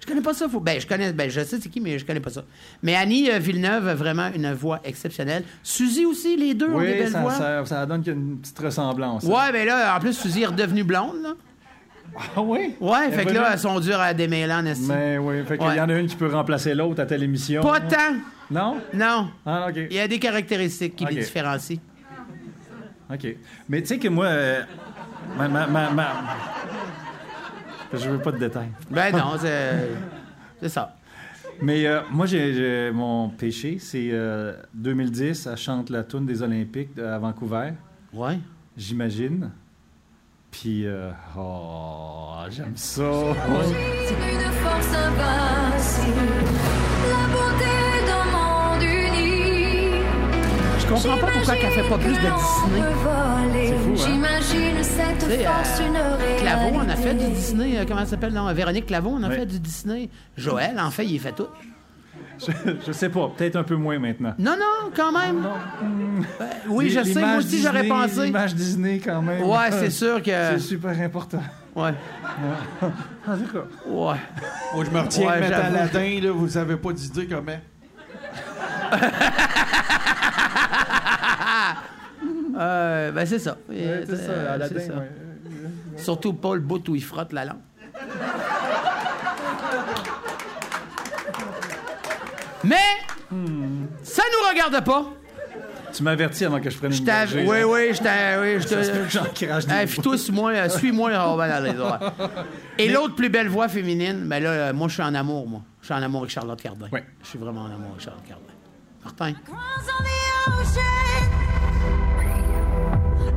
S1: Je connais pas ça. Faut... Ben, je connais, ben, je sais c'est qui, mais je connais pas ça. Mais Annie euh, Villeneuve a vraiment une voix exceptionnelle. Suzy aussi, les deux ont des
S2: Oui,
S1: belles
S2: ça,
S1: voix.
S2: ça, ça donne qu'il y a une petite ressemblance.
S1: Ouais, ben là, en plus, Suzy est redevenue blonde, là.
S2: Ah oui?
S1: Ouais,
S2: Eh,
S1: fait que
S2: voilà.
S1: là, elles sont dures à démêler en esti.
S2: Mais oui, fait qu'il y en a une qui peut remplacer l'autre à telle émission.
S1: Pas tant,
S2: Non?
S1: non.
S2: Ah, OK.
S1: Il y a des caractéristiques qui
S2: Ok.
S1: les différencient.
S2: OK. Mais tu sais que moi... euh, ma, ma, ma, ma- Je veux pas de détails.
S1: Ben non, c'est c'est ça.
S2: Mais euh, moi, j'ai, j'ai- mon péché, c'est euh, 2010, elle chante la toune des Olympiques euh, à Vancouver,
S1: Ouais.
S2: j'imagine. Puis, euh, oh, j'aime ça.
S8: Une force invincible, la bonté d'un monde uni.
S1: Je comprends pas pourquoi qu'elle fait pas plus de Disney.
S8: Disney.
S2: fou, hein?
S8: J'imagine cette
S1: sais,
S8: force
S1: euh,
S8: une réalité.
S1: Claveau, on a fait du Disney. euh, comment ça s'appelle? Non, Véronique Claveau, on a
S2: Oui.
S1: fait du Disney. Joël, en fait, il fait tout.
S2: Je, je sais pas, peut-être un peu moins maintenant.
S1: Non, non, quand même. Ben, oui, je sais. Moi
S2: L'image
S1: aussi, j'aurais
S2: Disney-
S1: pensé.
S2: L'image Disney, quand même.
S1: Ouais, c'est sûr que.
S2: C'est super important.
S1: Ouais.
S2: En tout cas,
S1: Ouais.
S3: Moi, je me retiens
S1: Ouais,
S3: de mettre
S1: j'avoue.
S3: Aladdin, là, vous avez pas d'idée comment.
S1: Euh, ben, c'est ça. Euh,
S2: c'est ça,
S1: euh,
S2: Aladdin,
S1: c'est ça.
S2: ouais.
S1: Surtout pas le bout où il frotte la lampe. Mais ça nous regarde pas.
S2: Tu m'avertis avant que je prenne
S1: Je
S2: une
S1: t'av-
S2: gorgée,
S1: Oui,
S2: là.
S1: oui, je t'av- oui, je
S2: hein. Ça se peut que
S1: te.
S2: J'en crache des
S1: Hey, puis toi, suis-moi, euh, suis-moi, on va aller droit. Et l'autre plus belle voix féminine, ben là, euh, moi, je suis en amour, moi. Je suis en amour avec Charlotte Cardin.
S2: Ouais.
S1: Je suis vraiment en amour avec Charlotte Cardin. Martin.
S8: Cross on the ocean,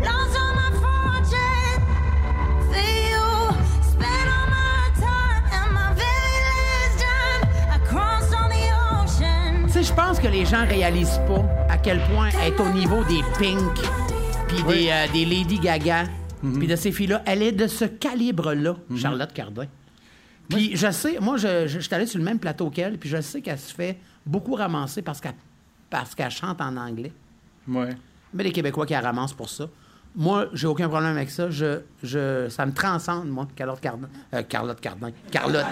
S8: lost all my fortune. Feel spent all my time and my very last dime. I crossed on the ocean.
S1: Tu sais, je pense que les gens réalisent pas à quel point elle est au niveau des Pink, puis des, euh, des Lady Gaga, puis de ces filles-là. Elle est de ce calibre-là, Charlotte Cardin. Puis je sais, moi, je, je, je suis allé sur le même plateau qu'elle, puis je sais qu'elle se fait beaucoup ramasser parce qu'elle parce qu'elle chante en anglais.
S2: Ouais.
S1: Mais les Québécois qui la ramassent pour ça. Moi, j'ai aucun problème avec ça. Je, je, ça me transcende, moi, Carlotte Cardin. Euh, Carlotte Cardin. Carlotte.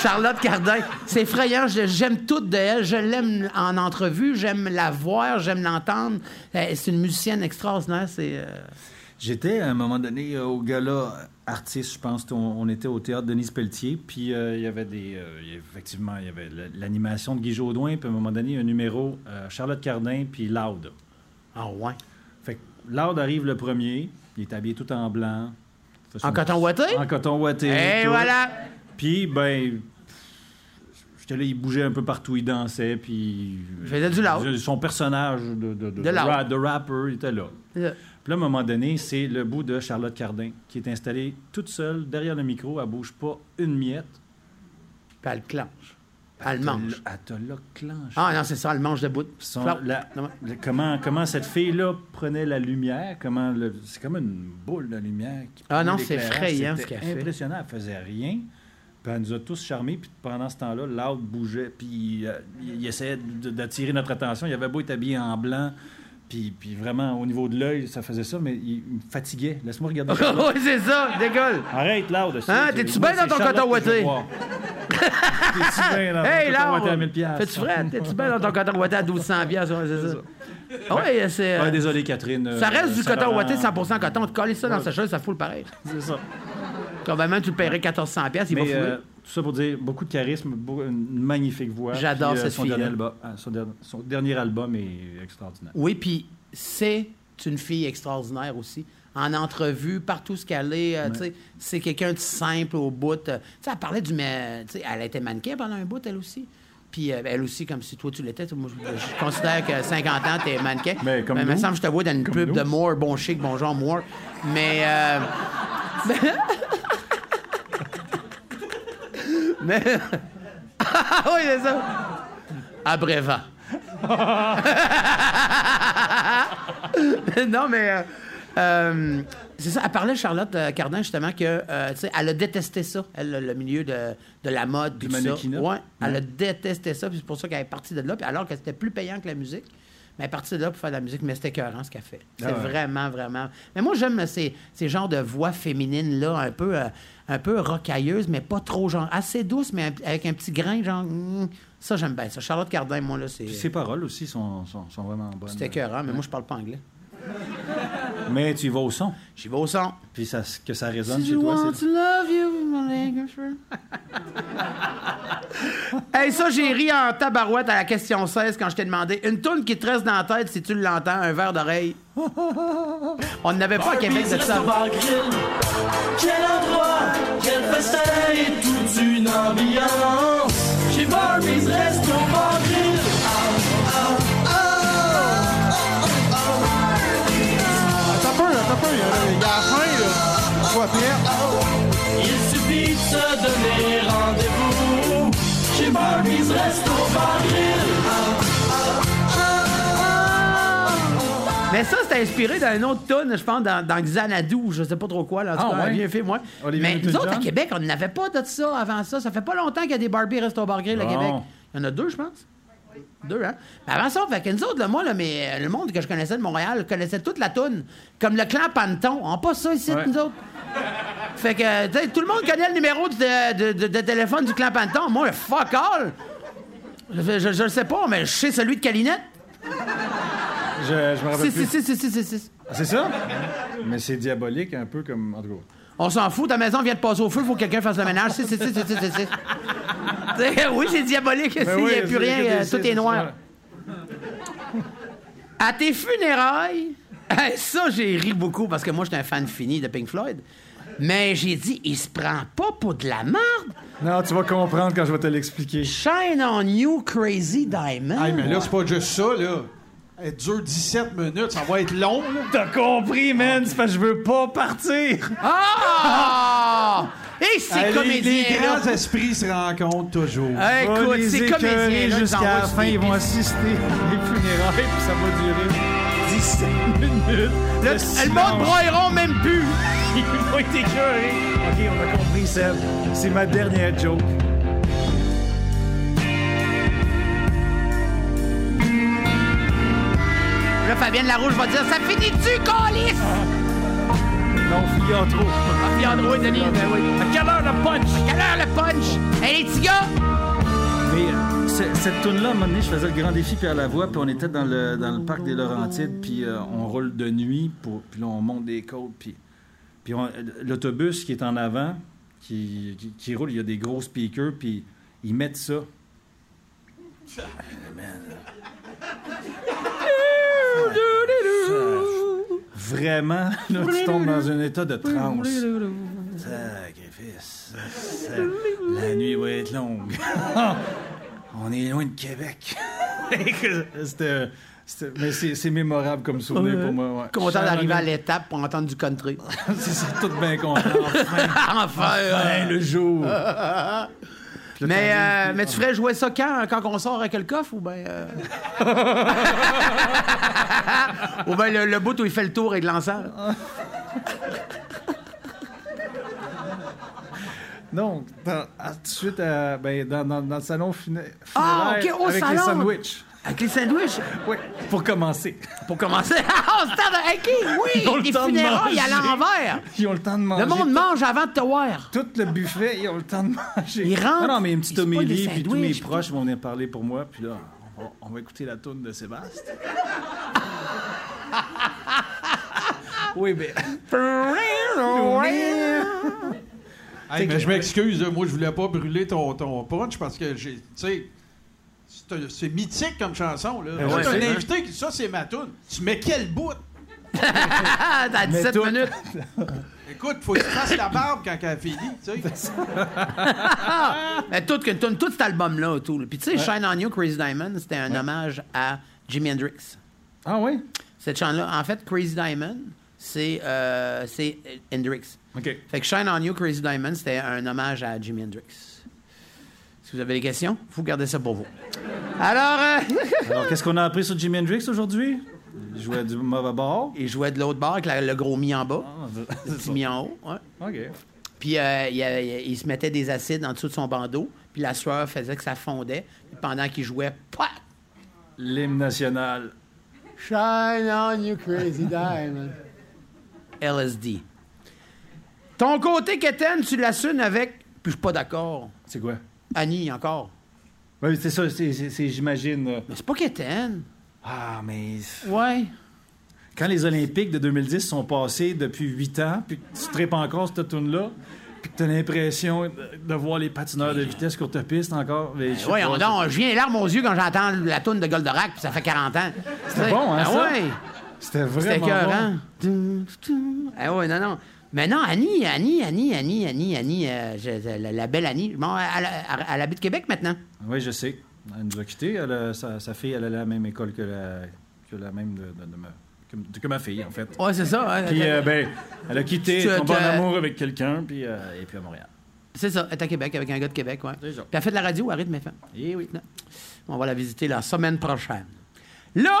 S1: Charlotte Cardin. C'est effrayant. Je- J'aime tout de elle. Je l'aime en entrevue. J'aime la voir. J'aime l'entendre. Euh, C'est une musicienne extraordinaire. C'est. euh,
S2: J'étais à un moment donné euh, au gala artiste, je pense, on, on était au théâtre Denise Pelletier, puis euh, il y avait des. euh, il y- effectivement, il y avait la- l'animation de Guy Jodoin, puis à un moment donné, un numéro euh, Charlotte Cardin, puis Loud.
S1: Ah, ouais.
S2: Fait que Loud arrive le premier, il est habillé tout en blanc. Fait son-
S1: En coton ouaté?
S2: En coton ouaté.
S1: Et
S2: tout.
S1: voilà.
S2: Puis, ben. J'étais là, il bougeait un peu partout, il dansait, puis.
S1: Il faisait du Loud.
S2: Son personnage de, de, de,
S1: De Loud.
S2: ra- de rapper il était là.
S1: Euh,
S2: Puis là, à un moment donné, c'est le bout de Charlotte Cardin qui est installée toute seule derrière le micro. Elle bouge pas une miette.
S1: Puis elle le clenche. Elle le mange.
S2: Elle te l'a clenché.
S1: Ah, non, c'est ça. Elle le mange debout.
S2: Son-
S1: Flop.
S2: la-
S1: Non,
S2: le- comment, comment cette fille-là prenait la lumière, comment le- c'est comme une boule de lumière. qui
S1: Ah non,
S2: prenait
S1: c'est
S2: l'éclairage.
S1: effrayant,
S2: C'était
S1: ce qu'elle fait.
S2: impressionnant, elle faisait rien. Puis elle nous a tous charmés, puis pendant ce temps-là, l'art bougeait, puis euh, il il essayait de- de- d'attirer notre attention. Il avait beau être habillé en blanc, puis, puis vraiment, au niveau de l'œil, ça faisait ça, mais il me fatiguait. Laisse-moi regarder. Charlotte.
S1: oui, c'est ça. Dégueule.
S2: Arrête, Loud. aussi.
S1: Hein, t'es-tu
S2: Moi,
S1: bien dans
S2: c'est
S1: ton
S2: Charlotte
S1: coton
S2: que je veux
S1: ouaté?
S2: voir. T'es-tu bien dans ton
S1: Ah, Hey,
S2: coton
S1: là!
S2: ouaté à 1000 piastres?
S1: Fais-tu frais? T'es-tu bien dans ton coton ouaté à 1200 piastres? Ouais, c'est ça. Ah ouais, c'est. euh,
S2: Ah, désolé, Catherine. euh,
S1: ça reste du coton
S2: Saint-Laurent.
S1: ouaté 100% coton. On te colle ça dans sa chaise, ça fout le pareil.
S2: C'est ça.
S1: Quand même, tu le paierais 1400 piastres, il va
S2: Mais, euh,
S1: fouiller.
S2: Tout ça pour dire beaucoup de charisme, beau- une magnifique voix.
S1: J'adore
S2: Puis,
S1: cette
S2: son
S1: fille-là.
S2: dernier, album, ah, son, der- son dernier album est extraordinaire.
S1: Oui, puis c'est une fille extraordinaire aussi. En entrevue, partout ce qu'elle est, euh, tu sais, c'est quelqu'un de simple au bout. euh, tu sais, elle parlait du. ma- tu sais, elle était mannequin pendant un bout, elle aussi. Puis euh, elle aussi, comme si toi tu l'étais. Moi, je, je considère que 50 ans, t'es mannequin. Ben,
S2: Mais comme
S1: il me
S2: nous.
S1: semble que je te vois dans une
S2: Comme
S1: pub
S2: nous.
S1: de Moore, bon chic, bon genre Moore. Mais. euh, Mais. ah oui, c'est ça. Abrévant. non, mais. euh, euh, c'est ça, elle parlait, Charlotte euh, Cardin, justement, que, euh, tu sais, elle a détesté ça, elle, le- le milieu de, de la mode. puis
S2: Du
S1: tout ça.
S2: mannequinat.
S1: Ouais, elle a détesté ça, puis c'est pour ça qu'elle est partie de là, puis alors que c'était plus payant que la musique. Mais elle est partie de là pour faire de la musique, mais c'était écœurant ce qu'elle fait. C'est
S2: Ah ouais.
S1: vraiment, vraiment. Mais moi, j'aime ces, ces genres de voix féminines-là, un peu, euh, un peu rocailleuses, mais pas trop, genre, assez douces, mais un- avec un petit grain, genre, mm, ça, j'aime bien ça. Charlotte Cardin, moi, là, c'est.
S2: Puis ses paroles aussi sont, sont, sont vraiment bonnes.
S1: C'était écœurant, mais moi, je parle pas anglais.
S2: Mais tu y vas au son,
S1: J'y vais au son.
S2: puis ça, que ça résonne
S1: Did
S2: chez
S1: you
S2: toi.
S1: want to
S2: c'est-
S1: love you, my language? hey, ça, j'ai ri en tabarouette à la question 16 quand je t'ai demandé une toune qui te reste dans la tête si tu l'entends, un verre d'oreille. On n'avait pas à Québec de ça.
S9: Quel endroit, quel festin et toute une ambiance. Chez Barbie's Resto Bar Grill.
S3: Attends pas, attends pas, il y a- il y a la fin, là. Quoi, Pierre?
S9: Il suffit de se donner rendez-vous. Chez Barbie's Resto Bar Grill.
S1: Mais ça, c'est inspiré d'un autre toune, je pense, dans, dans Xanadu, je sais pas trop quoi, là, en tout
S2: Ah,
S1: cas, un
S2: ouais?
S1: vieux film, ouais.
S2: Olivier
S1: Mais nous
S2: Newton-John?
S1: autres, à Québec, on n'avait pas de ça avant ça. Ça fait pas longtemps qu'il y a des Barbie Resto Bar Grill à
S2: Bon.
S1: Québec. Il y en a deux, je pense. Deux, hein? Mais avant ça, fait que nous autres, là, moi, là, mais, euh, le monde que je connaissais de Montréal connaissait toute la toune. Comme le clan Panton. On pas ça ici,
S2: Ouais.
S1: nous autres. Fait que, tu sais, tout le monde connaît le numéro de, de- de- de téléphone du clan Panton. Moi, fuck all! Je, je, je le sais pas, mais je sais celui de Calinette.
S2: Je, je me rappelle
S1: Si,
S2: plus.
S1: si, si, si, si, si, si.
S2: Ah, c'est ça? Mais c'est diabolique, un peu comme. En tout cas.
S1: On s'en fout, ta maison vient de passer au feu, faut que quelqu'un fasse le ménage. Si, si, si, si, si, si, si. T'sais, Eh oui, c'est diabolique. S'il n'y
S2: Ben oui,
S1: a plus
S2: c'est-
S1: rien,
S2: c'est-
S1: euh,
S2: c'est-
S1: tout
S2: c'est-
S1: est noir. À tes funérailles, Hey, Eh, ça, j'ai ri beaucoup parce que moi, j'étais un fan fini de Pink Floyd. Mais j'ai dit, il se prend pas pour de la merde.
S2: Non, tu vas comprendre quand je vais te l'expliquer.
S1: Shine on you, crazy diamond.
S3: Hey, mais là, c'est pas juste ça, là. Elle dure 17 minutes, ça va être long, là.
S2: T'as compris, man? C'est parce que je veux pas partir!
S1: Ah! Et
S3: Hey,
S1: ces
S3: les- les
S1: comédiens-là.
S3: grands esprits se rencontrent toujours.
S1: Hey,
S2: Va
S1: Écoute,
S2: les
S1: ces
S2: écœurer
S1: comédiens-là, ils
S2: jusqu'à la
S1: envoient
S2: fin,
S1: des
S2: ils vont assister les funérailles, puis ça va durer 17 minutes.
S1: Le,
S2: de
S1: le
S2: silence.
S1: monde broyeront même plus.
S2: Ils vont être écœurés. OK, on a compris, Seb. C'est ma dernière joke.
S1: Là, Fabienne Larouche va dire, ça finit-tu, calice?
S2: Non, fille en trop.
S1: Puis Andrew et Denis, ben oui. À quelle heure le punch? À quelle heure le punch? Hey, les petits gars!
S2: Mais euh, ce- cette toune-là, à un moment donné, je faisais le grand défi Pierre Lavoie, puis on était dans le, dans le parc des Laurentides, puis euh, on roule de nuit, pour, puis là, on monte des côtes, puis, puis on- l'autobus qui est en avant, qui, qui, qui roule, il y a des gros speakers, puis ils mettent ça. Ah, Vraiment, là, tu tombes dans un état de transe. Sacrifice. Ça- La nuit va être longue. On est loin de Québec. C'était- c'était- mais c'est c'est mémorable comme souvenir pour moi. ouais.
S1: Content d'arriver à
S2: Sharon-
S1: l'étape pour entendre du country.
S2: C'est ça, tout bien content. Enfin,
S1: enfin! Euh,
S2: enfin, le jour. Puis là,
S1: Mais,
S2: t'en
S1: euh,
S2: viens, puis-
S1: mais tu ferais jouer ça quand? Quand on sort avec le coffre ou bien. euh? ou bien le, le bout où il fait le tour et de l'ensemble?
S2: Non, dans- à- tout de suite à- ben, dans, dans- dans le salon fina- funéraire
S1: Ah, ok, au
S2: avec les
S1: salon.
S2: sandwichs.
S1: Avec les sandwichs?
S2: Oui, pour commencer.
S1: Pour commencer. Ah, on se tente. Hey, qui?
S2: Ils ont
S1: Oui!
S2: le
S1: Les
S2: temps de
S1: funérailles à
S2: manger.
S1: l'envers!
S2: Ils ont le temps de manger.
S1: Le monde mange avant de te voir.
S2: Tout le buffet, ils ont le temps de manger.
S1: Ils rentrent,
S2: Non, non, mais une petite
S1: ils se pognent des
S2: homélie, puis tous mes
S1: sandwichs,
S2: proches vont venir parler pour moi, puis là, on va, on va écouter la tourne de Sébastien. oui, mais.
S3: Hey, mais je m'excuse, là, moi, je voulais pas brûler ton, ton punch parce que j'ai. Tu sais, c'est un- c'est mythique comme chanson. Là,
S2: Ben
S3: Là,
S2: ouais,
S3: t'as
S2: c'est
S3: un invité qui dit ça, c'est ma toune. Tu mets quel bout?
S1: Ah, dans 17
S2: tout-
S1: minutes.
S3: Écoute, faut que tu fasses la barbe quand elle finit. Tu sais.
S1: Ah, mais tout, que- tout, tout cet album-là, tout. là. Puis tu sais, Shine on You, Crazy Diamond, c'était un hommage à Jimi Hendrix.
S2: Ah oui?
S1: Cette chanson-là, en fait, Crazy Diamond, c'est euh, c'est Hendrix.
S2: OK.
S1: Fait que Shine on You, Crazy Diamond, c'était un hommage à Jimi Hendrix. Si vous avez des questions, vous gardez ça pour vous. Alors, euh,
S2: Alors, qu'est-ce qu'on a appris sur Jimi Hendrix aujourd'hui? Il jouait du mauvais bord.
S1: il jouait de l'autre bord avec la- le gros mi en bas,
S2: Ah,
S1: le
S2: c'est
S1: petit
S2: ça.
S1: mi en haut. ouais.
S2: OK.
S1: Puis euh, il, y a- il se mettait des acides en dessous de son bandeau, puis la sueur faisait que ça fondait. Puis pendant qu'il jouait, pat!
S2: L'hymne national.
S1: Shine on you crazy diamond. LSD. Ton côté quétaine, tu l'assumes avec. Puis je suis pas d'accord.
S2: C'est quoi?
S1: Annie, encore.
S2: Oui, c'est ça, c'est, c'est- c'est- j'imagine. euh,
S1: Mais c'est pas quétaine.
S2: Ah, mais.
S1: Ouais.
S2: Quand les Olympiques de 2010 sont passés depuis 8 ans, puis que tu tripes encore cette tune-là, puis que t'as l'impression de, de voir les patineurs de vitesse courte-piste encore. mais je sais
S1: Ouais,
S2: pas,
S1: on donc, je viens les larmes aux yeux quand j'entends la toune de Goldorak, puis ça fait 40 ans. C'était
S2: bon, hein, ça?
S1: ouais.
S2: C'était
S1: C'était
S2: vraiment.
S1: écœurant. Tum, tum. Ah ouais, non, non. Mais non, Annie, Annie, Annie, Annie, Annie, Annie, euh, je- la, la belle Annie. Bon, elle, elle- elle habite Québec maintenant.
S2: bon. Oui, je sais. Elle nous a quittés. Elle a- sa, sa fille, elle allait à la même école que la, que la même de, de- de ma, que, de- que ma fille, en fait.
S1: Ouais, c'est ça. ouais.
S2: Puis, euh, ben, elle a quitté,
S1: Tu-
S2: elle est tombée en
S1: tu-
S2: amour avec quelqu'un, puis euh, et puis à Montréal.
S1: C'est ça, elle est à Québec avec un gars de Québec, ouais. Puis
S2: Déjà.
S1: elle fait de la radio à rythme FM.
S2: Eh oui.
S1: Non. On va la visiter la semaine prochaine. Là,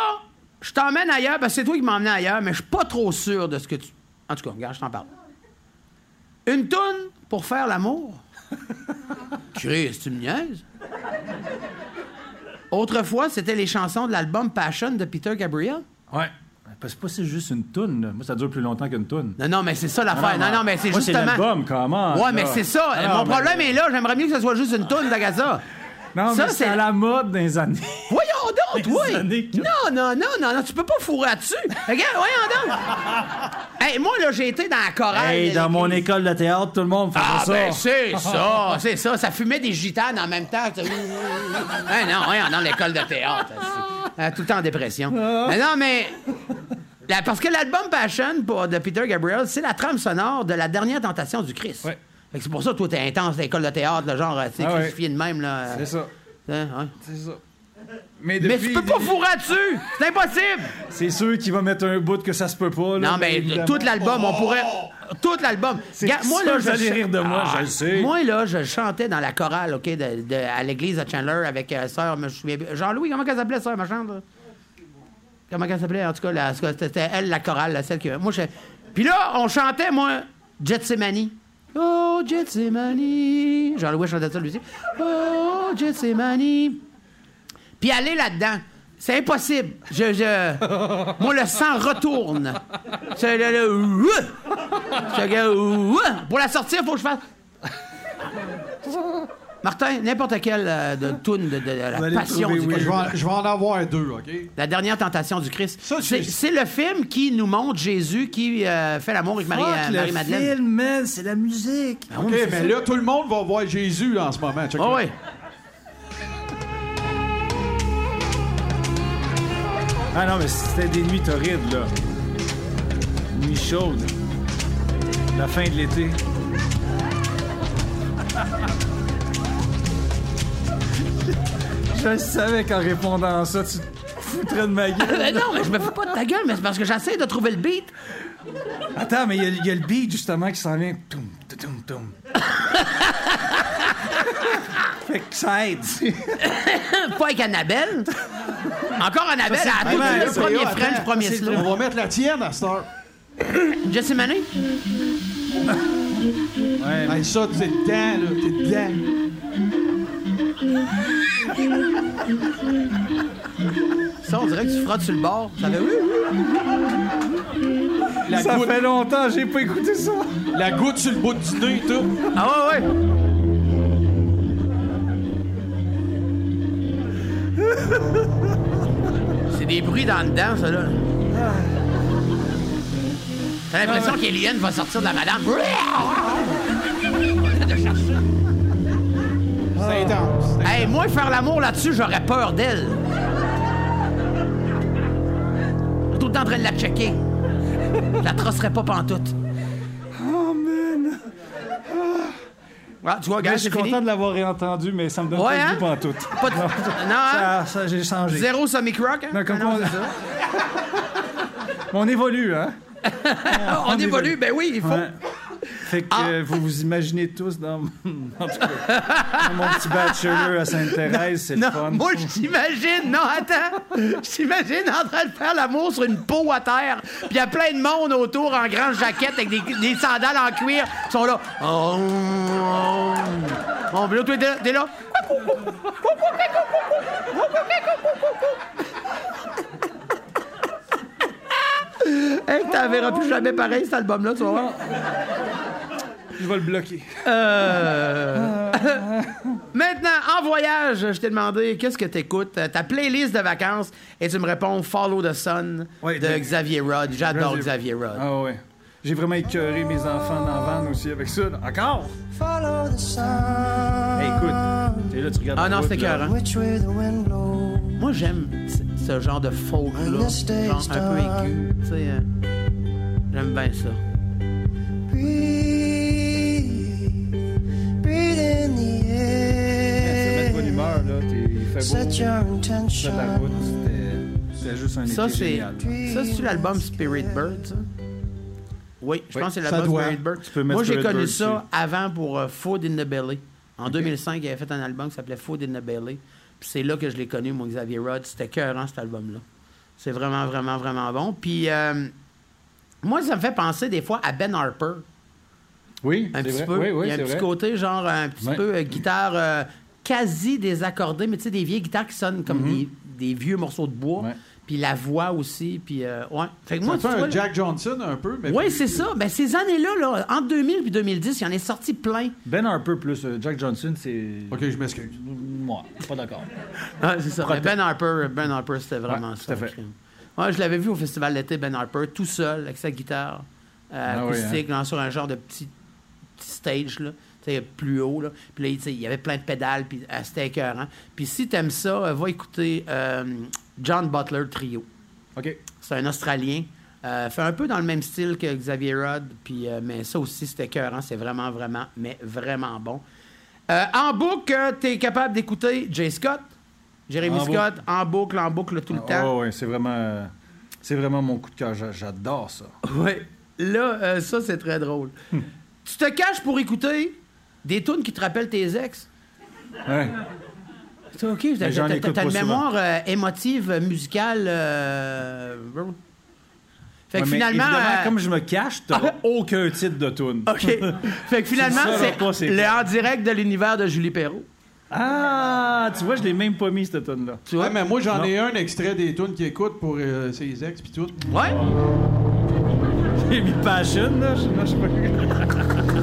S1: je t'emmène ailleurs, parce que c'est toi qui m'emmènes ailleurs, mais je suis pas trop sûr de ce que tu. En tout cas, regarde, je t'en parle. Une toune pour faire l'amour. Chris, tu me niaises? Autrefois, c'était les chansons de l'album Passion de Peter Gabriel.
S2: Ouais. Parce que pas c'est juste une toune. là. Moi, ça dure plus longtemps qu'une toune.
S1: Non, non, mais c'est ça l'affaire. Non, non, mais c'est
S2: Moi,
S1: justement.
S2: C'est l'album, comment?
S1: Ouais, Ah, mais c'est ça. Mon problème est là. J'aimerais mieux que ce soit juste une toune, Tagaza.
S2: Non,
S1: Ça,
S2: mais
S1: c'est-
S2: c'est à la mode des années.
S1: Voyons donc,
S2: Les
S1: oui!
S2: années que-
S1: Non, non, non, non, non, tu peux pas fourrer là-dessus! Regarde, voyons donc! Hey, moi, là, j'ai été dans la chorale.
S2: Hey,
S1: de
S2: dans mon
S1: l'église.
S2: école de théâtre, tout le monde faisait
S1: Ah,
S2: ça.
S1: ben, c'est ça, c'est ça. Ça fumait des gitanes en même temps. Ça- Hey, Ben, non, voyons, dans l'école de théâtre. Euh, tout le temps en dépression.
S2: Ah.
S1: Mais non, mais. la- parce que l'album Passion pour- de Peter Gabriel, c'est la trame sonore de la dernière tentation du Christ.
S2: Ouais.
S1: Fait que C'est pour ça, toi, t'es intense, l'école de théâtre, le genre, t'es
S2: Ah ouais.
S1: crucifié de même, là.
S2: C'est ça.
S1: Hein, hein.
S2: C'est ça.
S1: Mais
S2: Mais, depuis-
S1: tu peux pas fourrer là-dessus! C'est impossible!
S2: C'est sûr qu'il va mettre un bout que ça se peut pas. Là,
S1: Non, mais
S2: évidemment.
S1: tout l'album, on pourrait. Tout l'album.
S2: C'est
S1: Regarde,
S2: sûr que vous allez rire de moi, je le sais.
S1: Ah, Moi, là, je chantais dans la chorale, OK, de- de- à l'église à Chandler avec euh, sœur, je me souviens. Jean-Louis, comment qu'elle s'appelait, sœur, ma chambre? Comment qu'elle s'appelait? En tout cas, la- en tout cas, c'était elle, la chorale, là, celle qui. Moi, je. Puis là, on chantait, moi, Jetsemani. Oh, Jetsemani. Jean-Louis chantait ça, lui aussi. Oh, Jetsemani. Puis aller là-dedans. C'est impossible. Je, je- Moi, le sang retourne. C'est le, le- Ouh! C'est le- Ouh! Pour la sortir, il faut que je fasse. Martin, n'importe quelle euh, de tune de, de- de la
S2: Vous allez
S1: passion
S2: trouver,
S1: du
S2: oui.
S3: Je
S1: Christ.
S3: vais, en- je vais en avoir deux, OK?
S1: La dernière tentation du Christ.
S3: Ça,
S1: C'est
S3: c'est-
S1: c'est le film qui nous montre Jésus qui euh, fait l'amour avec Marie,
S2: Fuck,
S1: euh,
S2: le
S1: Marie-Madeleine.
S2: film, man, c'est la musique.
S1: Ah oui,
S3: OK,
S1: mais c'est
S3: mais
S1: ça.
S3: ben là, tout le monde va voir Jésus là, en ce moment. Check
S1: Ah
S3: it.
S1: ouais.
S2: Ah non, mais c'était des nuits torrides, là. Nuits chaudes. La fin de l'été. Je savais qu'en répondant à ça, tu te foutrais de ma gueule.
S1: Mais Euh, non, mais je me fous pas de ta gueule, mais c'est parce que j'essaie de trouver le beat.
S2: Attends, mais il y a- il y, a le beat, justement, qui s'en vient. Toum, toum, toum, toum. fait que ça aide.
S1: Pas avec Annabelle. Encore Annabelle. à
S2: vraiment
S1: tout le
S2: ça,
S1: premier
S3: là,
S1: French,
S3: attends,
S1: premier
S2: c'est
S1: slow.
S3: On va mettre la tienne à cette heure.
S1: Jesse Mané?
S2: Ouais,
S3: Hey, ça, t'es dedans, là. T'es dedans.
S1: Ça, on dirait que tu frottes sur le bord. Ça fait...
S3: La
S2: ça
S3: goutte,
S2: fait longtemps, j'ai pas écouté ça.
S3: la goutte sur le bout du nez, tout.
S1: Ah ouais, ouais. C'est des bruits dans le dedans, ça, là. Ah T'as l'impression qu'Eliane va sortir de la madame.
S3: C'était intense. C'était-
S1: Hey, moi, faire l'amour là-dessus, j'aurais peur d'elle. Tout le temps en train de la checker. Je la trosserais pas pantoute.
S2: Oh, man!
S1: Ouais, Ah, tu vois,
S2: Mais
S1: gars,
S2: je suis
S1: c'est fini.
S2: content de l'avoir réentendu, mais ça me donne
S1: Ouais,
S2: pas
S1: hein?
S2: le goût pantoute.
S1: Pas de- Non, hein?
S2: Ah, Ça, ça, j'ai changé.
S1: Zéro sonic rock, hein?
S2: Non, comme
S1: Ah non,
S2: quoi, on-
S1: c'est ça.
S2: On évolue, hein?
S1: Ah, on évolue, ben oui, il faut.
S2: Ouais. Fait que
S1: Ah.
S2: euh, vous vous imaginez tous dans, en tout cas, dans mon petit bachelor à Sainte-Thérèse, c'est le
S1: Non,
S2: fun.
S1: moi, je t'imagine, non, attends, je t'imagine en train de faire l'amour sur une peau à terre, puis il y a plein de monde autour en grande jaquette avec des, des sandales en cuir, ils sont là. Oh, oh. Bon, puis là, toi, t'es là- t'es là. Hey, t'en verras plus jamais pareil, cet album-là, tu vas voir.
S2: Je vais le bloquer.
S1: Maintenant, en voyage, je t'ai demandé qu'est-ce que t'écoutes, euh, ta playlist de vacances, et tu me réponds Follow the Sun
S2: Ouais,
S1: de
S2: de-
S1: Xavier Rod. J'adore
S2: Vas-y.
S1: Xavier Rod.
S2: Ah ouais. J'ai vraiment écœuré mes enfants dans la van aussi avec ça. là. Encore?
S4: Follow the sun.
S2: Hey, écoute. T'es là, tu regardes
S1: Ah
S2: la
S1: non,
S2: route,
S1: c'était
S2: là.
S1: cœur.
S4: Which way the wind blows.
S1: Moi, j'aime c- ce genre de folk-là, genre un peu aigu. tu sais, euh, j'aime bien ça.
S4: Breathe, breathe in the
S2: Ça met de bonne
S4: air.
S2: humeur, là. T'es- Il fait beau.
S4: Set your intention.
S2: Sur la route, c'était- c'était juste un
S1: Ça,
S2: été
S1: c'est
S2: génial.
S1: ça, c'est-tu l'album Spirit hein? Bird, ça? Oui, je
S2: Oui,
S1: pense que c'est
S2: ça
S1: l'album
S2: doit.
S1: Spirit Bird.
S2: Tu peux mettre
S1: Moi, j'ai
S2: Spirit
S1: connu
S2: Bird
S1: ça
S2: dessus.
S1: avant pour euh, Food in the Belly. En 2005, il avait fait un album qui s'appelait Food in the Belly. Puis c'est là que je l'ai connu, mon Xavier Rod. C'était cœurant, cet album-là. C'est vraiment, vraiment, vraiment bon. Puis euh, moi, ça me fait penser des fois à Ben Harper.
S2: Oui,
S1: Un
S2: c'est
S1: petit
S2: vrai.
S1: peu.
S2: Oui, oui,
S1: il y a un
S2: c'est
S1: petit
S2: vrai.
S1: côté, genre, un petit
S2: Ouais.
S1: peu euh, guitare euh, quasi désaccordée, mais tu sais, des vieilles guitares qui sonnent comme des, des vieux morceaux de bois.
S2: Mm-hmm. Ouais.
S1: Puis la voix aussi, puis euh, ouais. Fait que moi,
S3: C'est
S1: tu
S3: un peu
S1: vois,
S3: un Jack Johnson, un peu, mais.
S1: Oui, c'est ça. Ben, ces années-là, là, entre 2000 et 2010, il y en est sorti plein.
S2: Ben Harper plus euh, Jack Johnson, c'est.
S3: Ok, je m'excuse.
S2: Moi, pas d'accord.
S1: Ah, c'est ça. Mais Ben Harper, Ben Harper, c'était vraiment
S2: Ouais,
S1: ça.
S2: tout à fait.
S1: Moi, je l'avais vu au festival d'été, Ben Harper, tout seul, avec sa guitare euh,
S2: Ah oui,
S1: acoustique, là, sur un genre de petit, petit stage, là, tu sais, plus haut. Là. Puis là, il- tu sais, il y avait plein de pédales, puis euh, c'était écœurant. Puis si t'aimes ça, euh, va écouter euh, John Butler Trio.
S2: OK.
S1: C'est un Australien. Euh, fait un peu dans le même style que Xavier Rudd, puis, euh, mais ça aussi, c'était écœurant. C'est vraiment, vraiment, mais vraiment bon. Euh, en boucle, tu es capable d'écouter Jay Scott, Jérémy
S2: En
S1: Scott, en boucle, en boucle, tout le temps.
S2: Oh, Ouais, ouais, c'est vraiment. euh, C'est vraiment mon coup de cœur. J'a- J'adore ça.
S1: Ouais. Là, euh, ça, c'est très drôle. tu te caches pour écouter des tunes qui te rappellent tes ex.
S2: Ouais.
S1: C'est OK, t'as-
S2: j'en
S1: t'as-
S2: écoute
S1: t'as une
S2: pas souvent.
S1: mémoire euh, émotive, euh, musicale. euh, Fait que
S2: Ouais, mais
S1: finalement.
S2: évidemment,
S1: euh, Ah.
S2: comme je me cache, t'auras aucun titre de tune.
S1: OK. Fait que finalement,
S2: Tu le sauras pas,
S1: c'est
S2: c'est
S1: le
S2: quoi.
S1: en direct de l'univers de Julie Perrault.
S2: Ah, tu vois, je l'ai même pas mis cette tune là.
S1: Tu vois?
S3: Ouais, mais moi, j'en
S2: Non.
S3: ai un extrait des tunes qui écoutent pour euh, ses ex, puis tout.
S1: Ouais.
S2: J'ai mis Passion là, je là, je sais pas.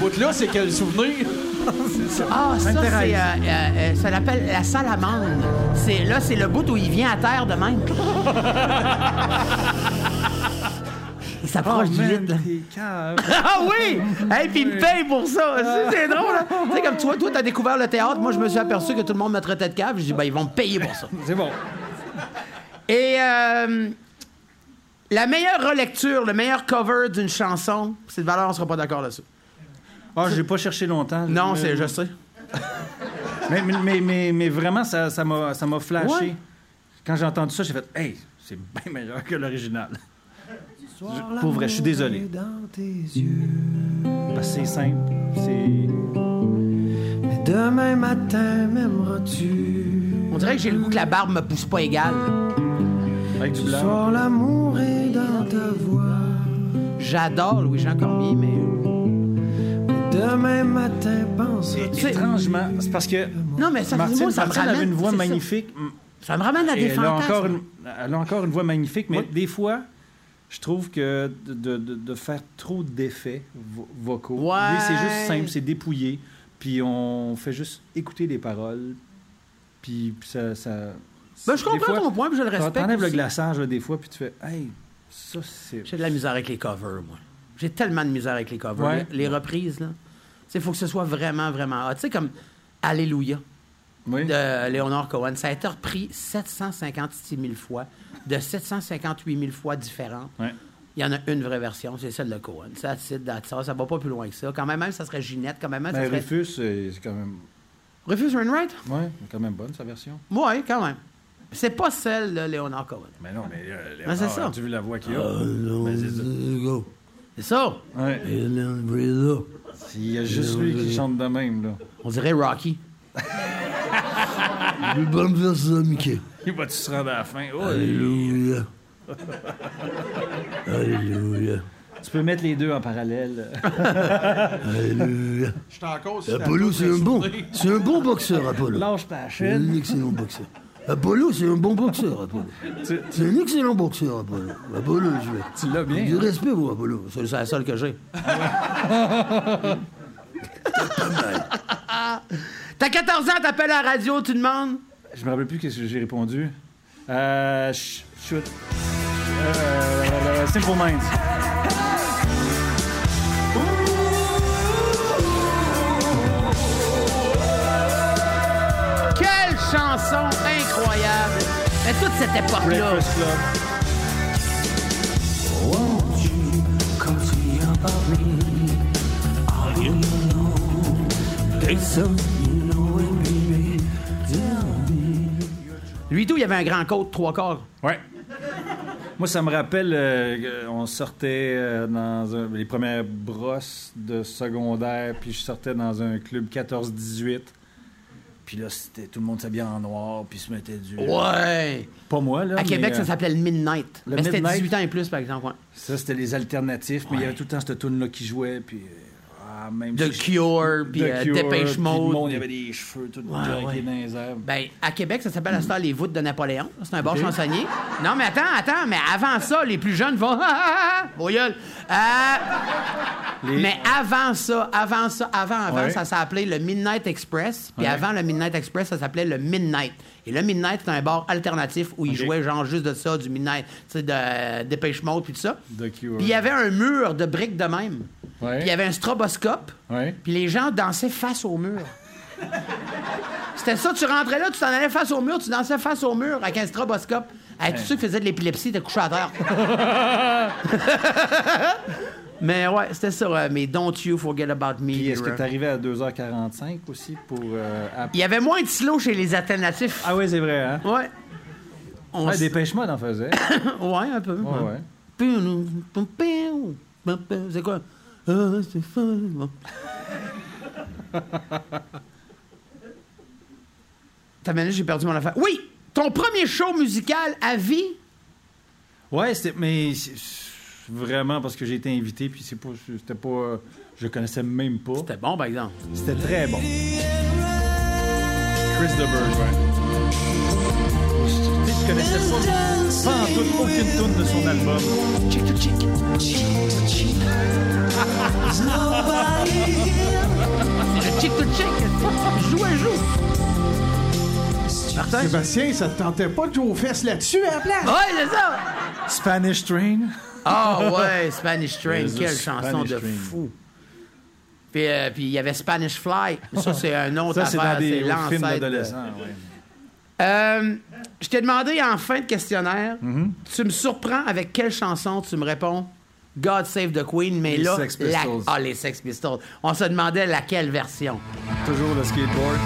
S3: Bout là, c'est quel souvenir?
S1: Ah, ça,
S2: Sainte-Thérèse.
S1: c'est. euh, euh, euh, ça l'appelle la salamande. C'est, là, c'est le bout où il vient à terre de même. il s'approche du lit, là.
S2: Oh, t'es cave.
S1: Ah oui! Hey, puis il me paye pour ça. C'est- C'est drôle, hein? Tu sais, comme tu vois, toi, t'as découvert le théâtre. Moi, je me suis aperçu que tout le monde me traitait de cave. J'ai dit, ben, ils vont me payer pour ça.
S2: C'est bon.
S1: Et euh, la meilleure relecture, le meilleur cover d'une chanson, c'est de valeur, on sera pas d'accord là-dessus.
S2: Ah, j'ai pas cherché longtemps. Euh,
S1: Non,
S2: Mais-
S1: c'est, je sais.
S2: Mais, mais, mais, mais, mais vraiment, ça ça m'a ça m'a flashé.
S1: Ouais.
S2: Quand j'ai entendu ça, j'ai fait, hey, c'est bien meilleur que l'original. Je- Pour vrai, je suis désolé.
S4: Dans tes yeux.
S2: Parce que c'est simple. C'est.
S4: Mais demain matin, m'aimeras-tu?
S1: On dirait que j'ai le goût que la barbe me pousse pas égale.
S2: Avec du
S4: Ce
S2: blanc.
S4: soir, l'amour est dans ta voix.
S1: J'adore Louis-Jean Cormier, mais. euh,
S4: Mais demain matin, pense.
S1: Tu sais-
S2: Étrangement, c'est parce que.
S1: Non, mais ça,
S2: Martine,
S1: moi, ça me
S2: Martine
S1: ramène.
S2: avait une voix
S1: c'est ça.
S2: magnifique. Mm.
S1: Ça. me ramène à
S2: Et
S1: des
S2: elle, a
S1: fantasmes.
S2: encore une, elle a encore une voix magnifique, mais des fois, je trouve que de, de- de faire trop d'effets vo- vocaux,
S1: Ouais.
S2: lui, c'est juste simple, c'est dépouillé, puis on fait juste écouter les paroles, puis ça... ça
S1: Ben, je
S2: des
S1: comprends
S2: fois,
S1: ton point, puis je le respecte.
S2: T'enlèves le
S1: aussi.
S2: glaçage là, des fois, puis tu fais « Hey, ça c'est...
S1: J'ai de la misère avec les covers, moi. J'ai tellement de misère avec les covers.
S2: Ouais.
S1: Les, les reprises, là. Il faut que ce soit vraiment, vraiment hot. Tu sais, comme Alléluia
S2: Oui.
S1: de Léonard Cohen, ça a été repris 756 000 fois, de 758 000 fois différentes.
S2: Ouais.
S1: Il y en a une vraie version, c'est celle de Cohen. Ça, c'est ça, ça va pas plus loin que ça. Quand même, même ça serait Ginette, quand même, même, ça
S2: Ben,
S1: serait...
S2: Rufus, c'est c'est quand même.
S1: Rufus Wainwright?
S2: Ouais, c'est quand même bonne sa version.
S1: Oui, quand même. C'est pas celle de Léonard Cohen.
S2: Mais non, mais. euh,
S1: Ben, c'est
S2: Léonard,
S1: ça. Ah.
S2: As-tu vu la voix qu'il a? Ben, c'est ça.
S1: C'est ça!
S2: Ouais. Il y a juste lui qui chante de même, là.
S1: On dirait Rocky.
S2: Il va-tu se rendre à la fin? Oh, Tu peux mettre les deux en parallèle.
S3: Je suis en cause.
S10: Apollo, c'est un bon,
S3: Oui,
S10: c'est un bon boxeur, Apollo.
S2: Lâche ta
S10: C'est
S2: chaîne.
S10: un excellent boxeur. Apollo, c'est un bon boxeur, Apollo.
S2: Tu-
S10: C'est un excellent boxeur, Apollo. Apollo, je veux.
S2: Tu l'as bien.
S10: Du respect, vous, Apollo.
S1: C'est la seule que j'ai. T'as 14 ans, t'appelles à la radio, tu demandes.
S2: Je me rappelle plus qu'est-ce que j'ai répondu. Euh. ch- Shoot. Euh. Simple Minds.
S1: Quelle chanson incroyable! Mais toute cette époque-là.
S2: Breakfast Club.
S1: Lui tout, il avait un grand côte, trois quarts.
S2: Ouais. Moi, ça me rappelle, euh, on sortait euh, dans un- les premières brosses de secondaire, puis je sortais dans un club 14-18. Puis là, c'était tout le monde s'habillait en noir, puis se mettait du.
S1: Ouais!
S2: Pas moi, là.
S1: Oh. À
S2: mais,
S1: Québec, ça
S2: euh,
S1: s'appelait le Midnight.
S2: le
S1: mais c'était
S2: Midnight.
S1: 18 ans et plus, par exemple. ouais.
S2: ça, c'était les alternatifs, mais il y avait tout le temps cette tune-là qui jouait, puis. euh, ah, même
S1: The
S2: si-
S1: Cure, puis
S2: The
S1: euh,
S2: Cure,
S1: Dépêche
S2: puis le monde,
S1: Mode.
S2: il y avait des cheveux tout
S1: Ouais,
S2: jackés
S1: ouais.
S2: dans les airs.
S1: Ben, à Québec, ça s'appelle à cette heure les voûtes de Napoléon. C'est un bar chansonnier. Non, mais attends, attends, mais avant ça, les plus jeunes vont. Ah, ah, ah, Bon, gueule. Euh, Mais avant ça, avant ça, avant, avant,
S2: Ouais.
S1: ça s'appelait le Midnight Express. Puis avant le Midnight Express, ça s'appelait le Midnight. Et le Midnight, c'est un bar alternatif où ils jouaient genre juste de ça, du Midnight, tu sais, de Dépêche Mode, puis tout ça.
S2: The Cure.
S1: Puis il y avait un mur de briques de même.
S2: Ouais.
S1: Puis il y avait un stroboscope.
S2: Ouais.
S1: Puis les gens dansaient face au mur. C'était ça, tu rentrais là, tu t'en allais face au mur, tu dansais face au mur avec un stroboscope. Hey, tous ceux qui faisaient de l'épilepsie étaient couchés à terre. Mais ouais, c'était ça, ouais, mais Don't You Forget About Me.
S2: Puis est-ce que
S1: Leroy.
S2: t'es arrivé à 2h45 aussi pour. euh, à-
S1: Il y avait moins de slow chez les alternatifs.
S2: Ah oui, c'est vrai, hein?
S1: Ouais. On
S2: Ah,
S1: s-
S2: Dépêche-moi d'en faisait.
S1: Ouais, un peu.
S2: Ouais, ouais.
S1: C'est quoi? Ah, c'est fun. T'as mené, j'ai perdu mon affaire. Oui! Ton premier show musical à vie?
S2: Ouais, c'était. Mais c'est- c'est vraiment parce que j'ai été invité, puis c'est pas. C'était pas. euh, Je connaissais même pas.
S1: C'était bon, par exemple.
S2: C'était très bon. Chris de Burgh, ouais. Je- Je connaissais pas, pas en tout aucune tune de son album.
S1: C'est le chick to chick. Joue un jour. Martin?
S3: Sébastien, ça te tentait pas de jouer aux fesses là-dessus hein, à la place?
S1: Ouais, c'est ça!
S2: Spanish Train.
S1: Ah ouais, Spanish Train,
S2: Jesus,
S1: quelle chanson
S2: Spanish
S1: de
S2: Train.
S1: fou. Puis euh, puis il y avait Spanish Fly. Ça, c'est un autre
S2: Ça, c'est
S1: affaire,
S2: dans des
S1: c'est
S2: aux films
S1: l'ancêtre de-
S2: d'adolescents, ouais.
S1: Euh, je t'ai demandé en fin de questionnaire,
S2: Mhm.
S1: tu me surprends avec quelle chanson tu me réponds God Save the Queen, mais
S2: Les
S1: là,
S2: Sex
S1: la-
S2: Pistols.
S1: ah, les Sex Pistols. On se demandait laquelle version.
S2: Toujours le skateboard.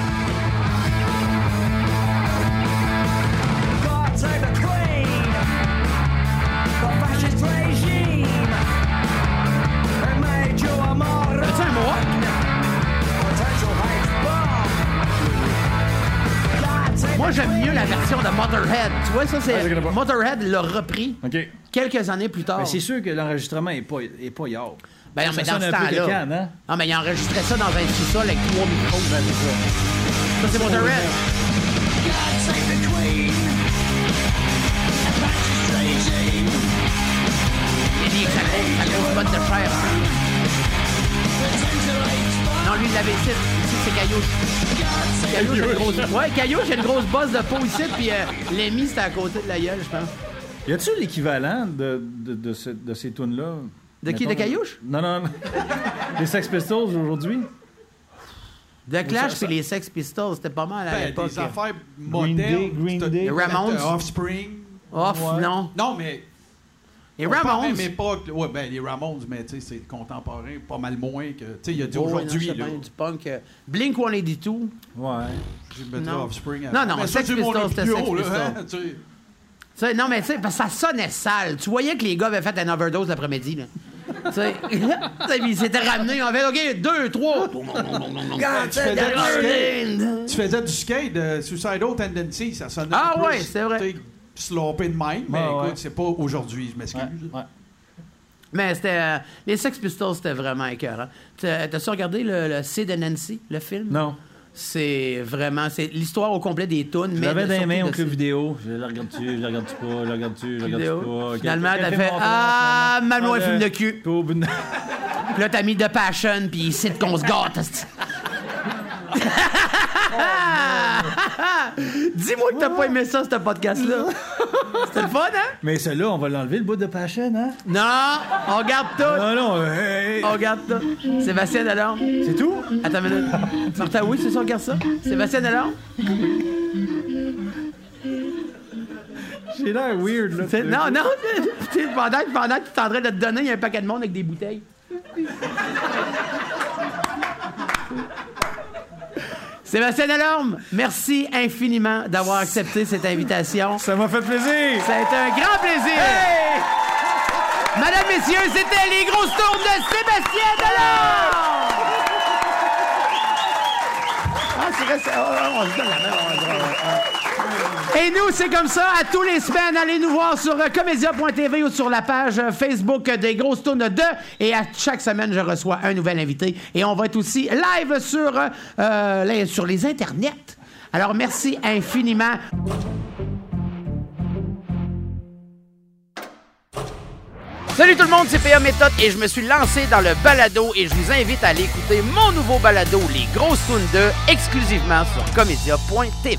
S1: As-tu un Mohawk? Moi, j'aime mieux la version de Motherhead. Tu vois, ça,
S2: Ah, je
S1: c'est.
S2: connais pas.
S1: Motherhead l'a repris
S2: OK.
S1: quelques années plus tard.
S2: Mais c'est sûr que l'enregistrement est pas, est pas hier.
S1: Ben non,
S2: Ça
S1: mais dans
S2: sonne
S1: ce
S2: un peu
S1: temps-là.
S2: quécane, hein?
S1: Non, mais il enregistrait ça dans un sous-sol avec trois micros. Ça, c'est Motörhead. Il y a des sacros- sacros bottes de chair. hein. Non, lui, il l'avait ici. Ici, c'est Caillouche. Caillouche, a une grosse... Ouais, Caillouche, il a une grosse bosse de peau ici, puis euh, Lémi, c'était à côté de la gueule, je pense.
S2: Y a-tu l'équivalent de, de, de, ce- de ces tunes-là
S1: De qui, de Caillouche?
S2: Non, non, non. Les Sex Pistols aujourd'hui?
S1: The Clash puis les Sex Pistols, c'était pas mal à
S3: Ben,
S1: l'époque. hein.
S3: des affaires modernes.
S2: Day, Green
S3: C'était-
S2: Day.
S3: c'était
S1: Ramones.
S3: Offspring.
S1: Off,
S2: Ouais.
S1: non.
S3: Non, mais.
S1: Les
S3: on parle
S1: Ramones.
S3: Même époque. là. Ouais, ben, les Ramones, mais tu sais, c'est contemporain, pas mal moins que. Tu sais, il a dit
S1: Oh,
S3: aujourd'hui,
S1: non, c'est
S3: là.
S1: bien du punk. euh, Blink 182.
S2: Ouais.
S3: Je mettrais
S1: Non.
S3: Offspring
S1: Non, non,
S3: mais
S1: Sex
S3: c'est mon
S1: Pistols, c'était
S3: opinion,
S1: Sex
S3: là, hein,
S1: Pistols.
S3: tu sais.
S1: Tu sais, non, mais tu sais, parce que ça sonnait sale. Tu voyais que les gars avaient fait un overdose l'après-midi, là. tu sais, Tu sais, puis ils s'étaient ramenés, ils avaient, OK, deux, trois.
S3: tu faisais du skate. Tu faisais du skate de Suicidal Tendency, ça sonnait.
S1: Ah
S3: un peu,
S1: ouais, c'est vrai.
S3: tu sais, Slopé de même, mais
S2: Ouais, ouais.
S3: écoute, c'est pas aujourd'hui, je m'excuse.
S2: Ouais. ouais.
S1: Mais c'était. euh, les Sex Pistols, c'était vraiment écœurant. Tu- euh, T'as-tu regardé le, le C de Nancy, le film?
S2: Non.
S1: C'est vraiment. C'est l'histoire au complet des tunes.
S2: Je
S1: mais
S2: l'avais
S1: de-
S2: dans les
S1: surtout
S2: mains au
S1: de
S2: club
S1: ces
S2: vidéo. Je la regarde-tu, je la regarde-tu pas, je la regarde-tu, je la
S1: vidéos.
S2: regarde-tu pas.
S1: Finalement,
S2: Quel-
S1: t'as
S2: quel film
S1: fait.
S2: on va
S1: Ah,
S2: voir en ce moment?
S1: Maman, elle fume
S2: Ah,
S1: de
S2: le-
S1: cul.
S2: Puis au bout de-
S1: Puis là, t'as mis de passion, puis c'est qu'on se gâte. hostie. Oh, Dis-moi que t'as pas aimé ça, ce podcast-là. C'était le fun, hein?
S2: Mais celui-là, on va l'enlever, le bout de Passion, hein?
S1: Non, on garde tout.
S2: Non, non, hey, hey,
S1: On garde tout. Sébastien Delorme.
S2: c'est tout?
S1: Attends une minute. Martin, oui, c'est ça, on garde ça. Sébastien Delorme.
S2: J'ai l'air weird, là.
S1: C'est- Non, non. c'est- c'est- Pendant, que- pendant que tu es en train de te donner, il y a un paquet de monde avec des bouteilles. Sébastien Delorme, merci infiniment d'avoir accepté cette invitation.
S2: Ça m'a fait plaisir!
S1: Ça a été un grand plaisir. Madame, messieurs, c'était les grosses tours de Sébastien Delorme. Ah, c'est vrai, c'est- oh, oh, on se donne la main, on se donne la main. Et nous, c'est comme ça, à tous les semaines, allez nous voir sur euh, comédia.tv ou sur la page euh, Facebook des Grosses Tournes 2. Et à chaque semaine, je reçois un nouvel invité. Et on va être aussi live sur, euh, euh, les, sur les internets. Alors, merci infiniment. Salut tout le monde, c'est PA Méthode et je me suis lancé dans le balado et je vous invite à aller écouter mon nouveau balado Les Grosses Tunes 2 exclusivement sur comédia.tv.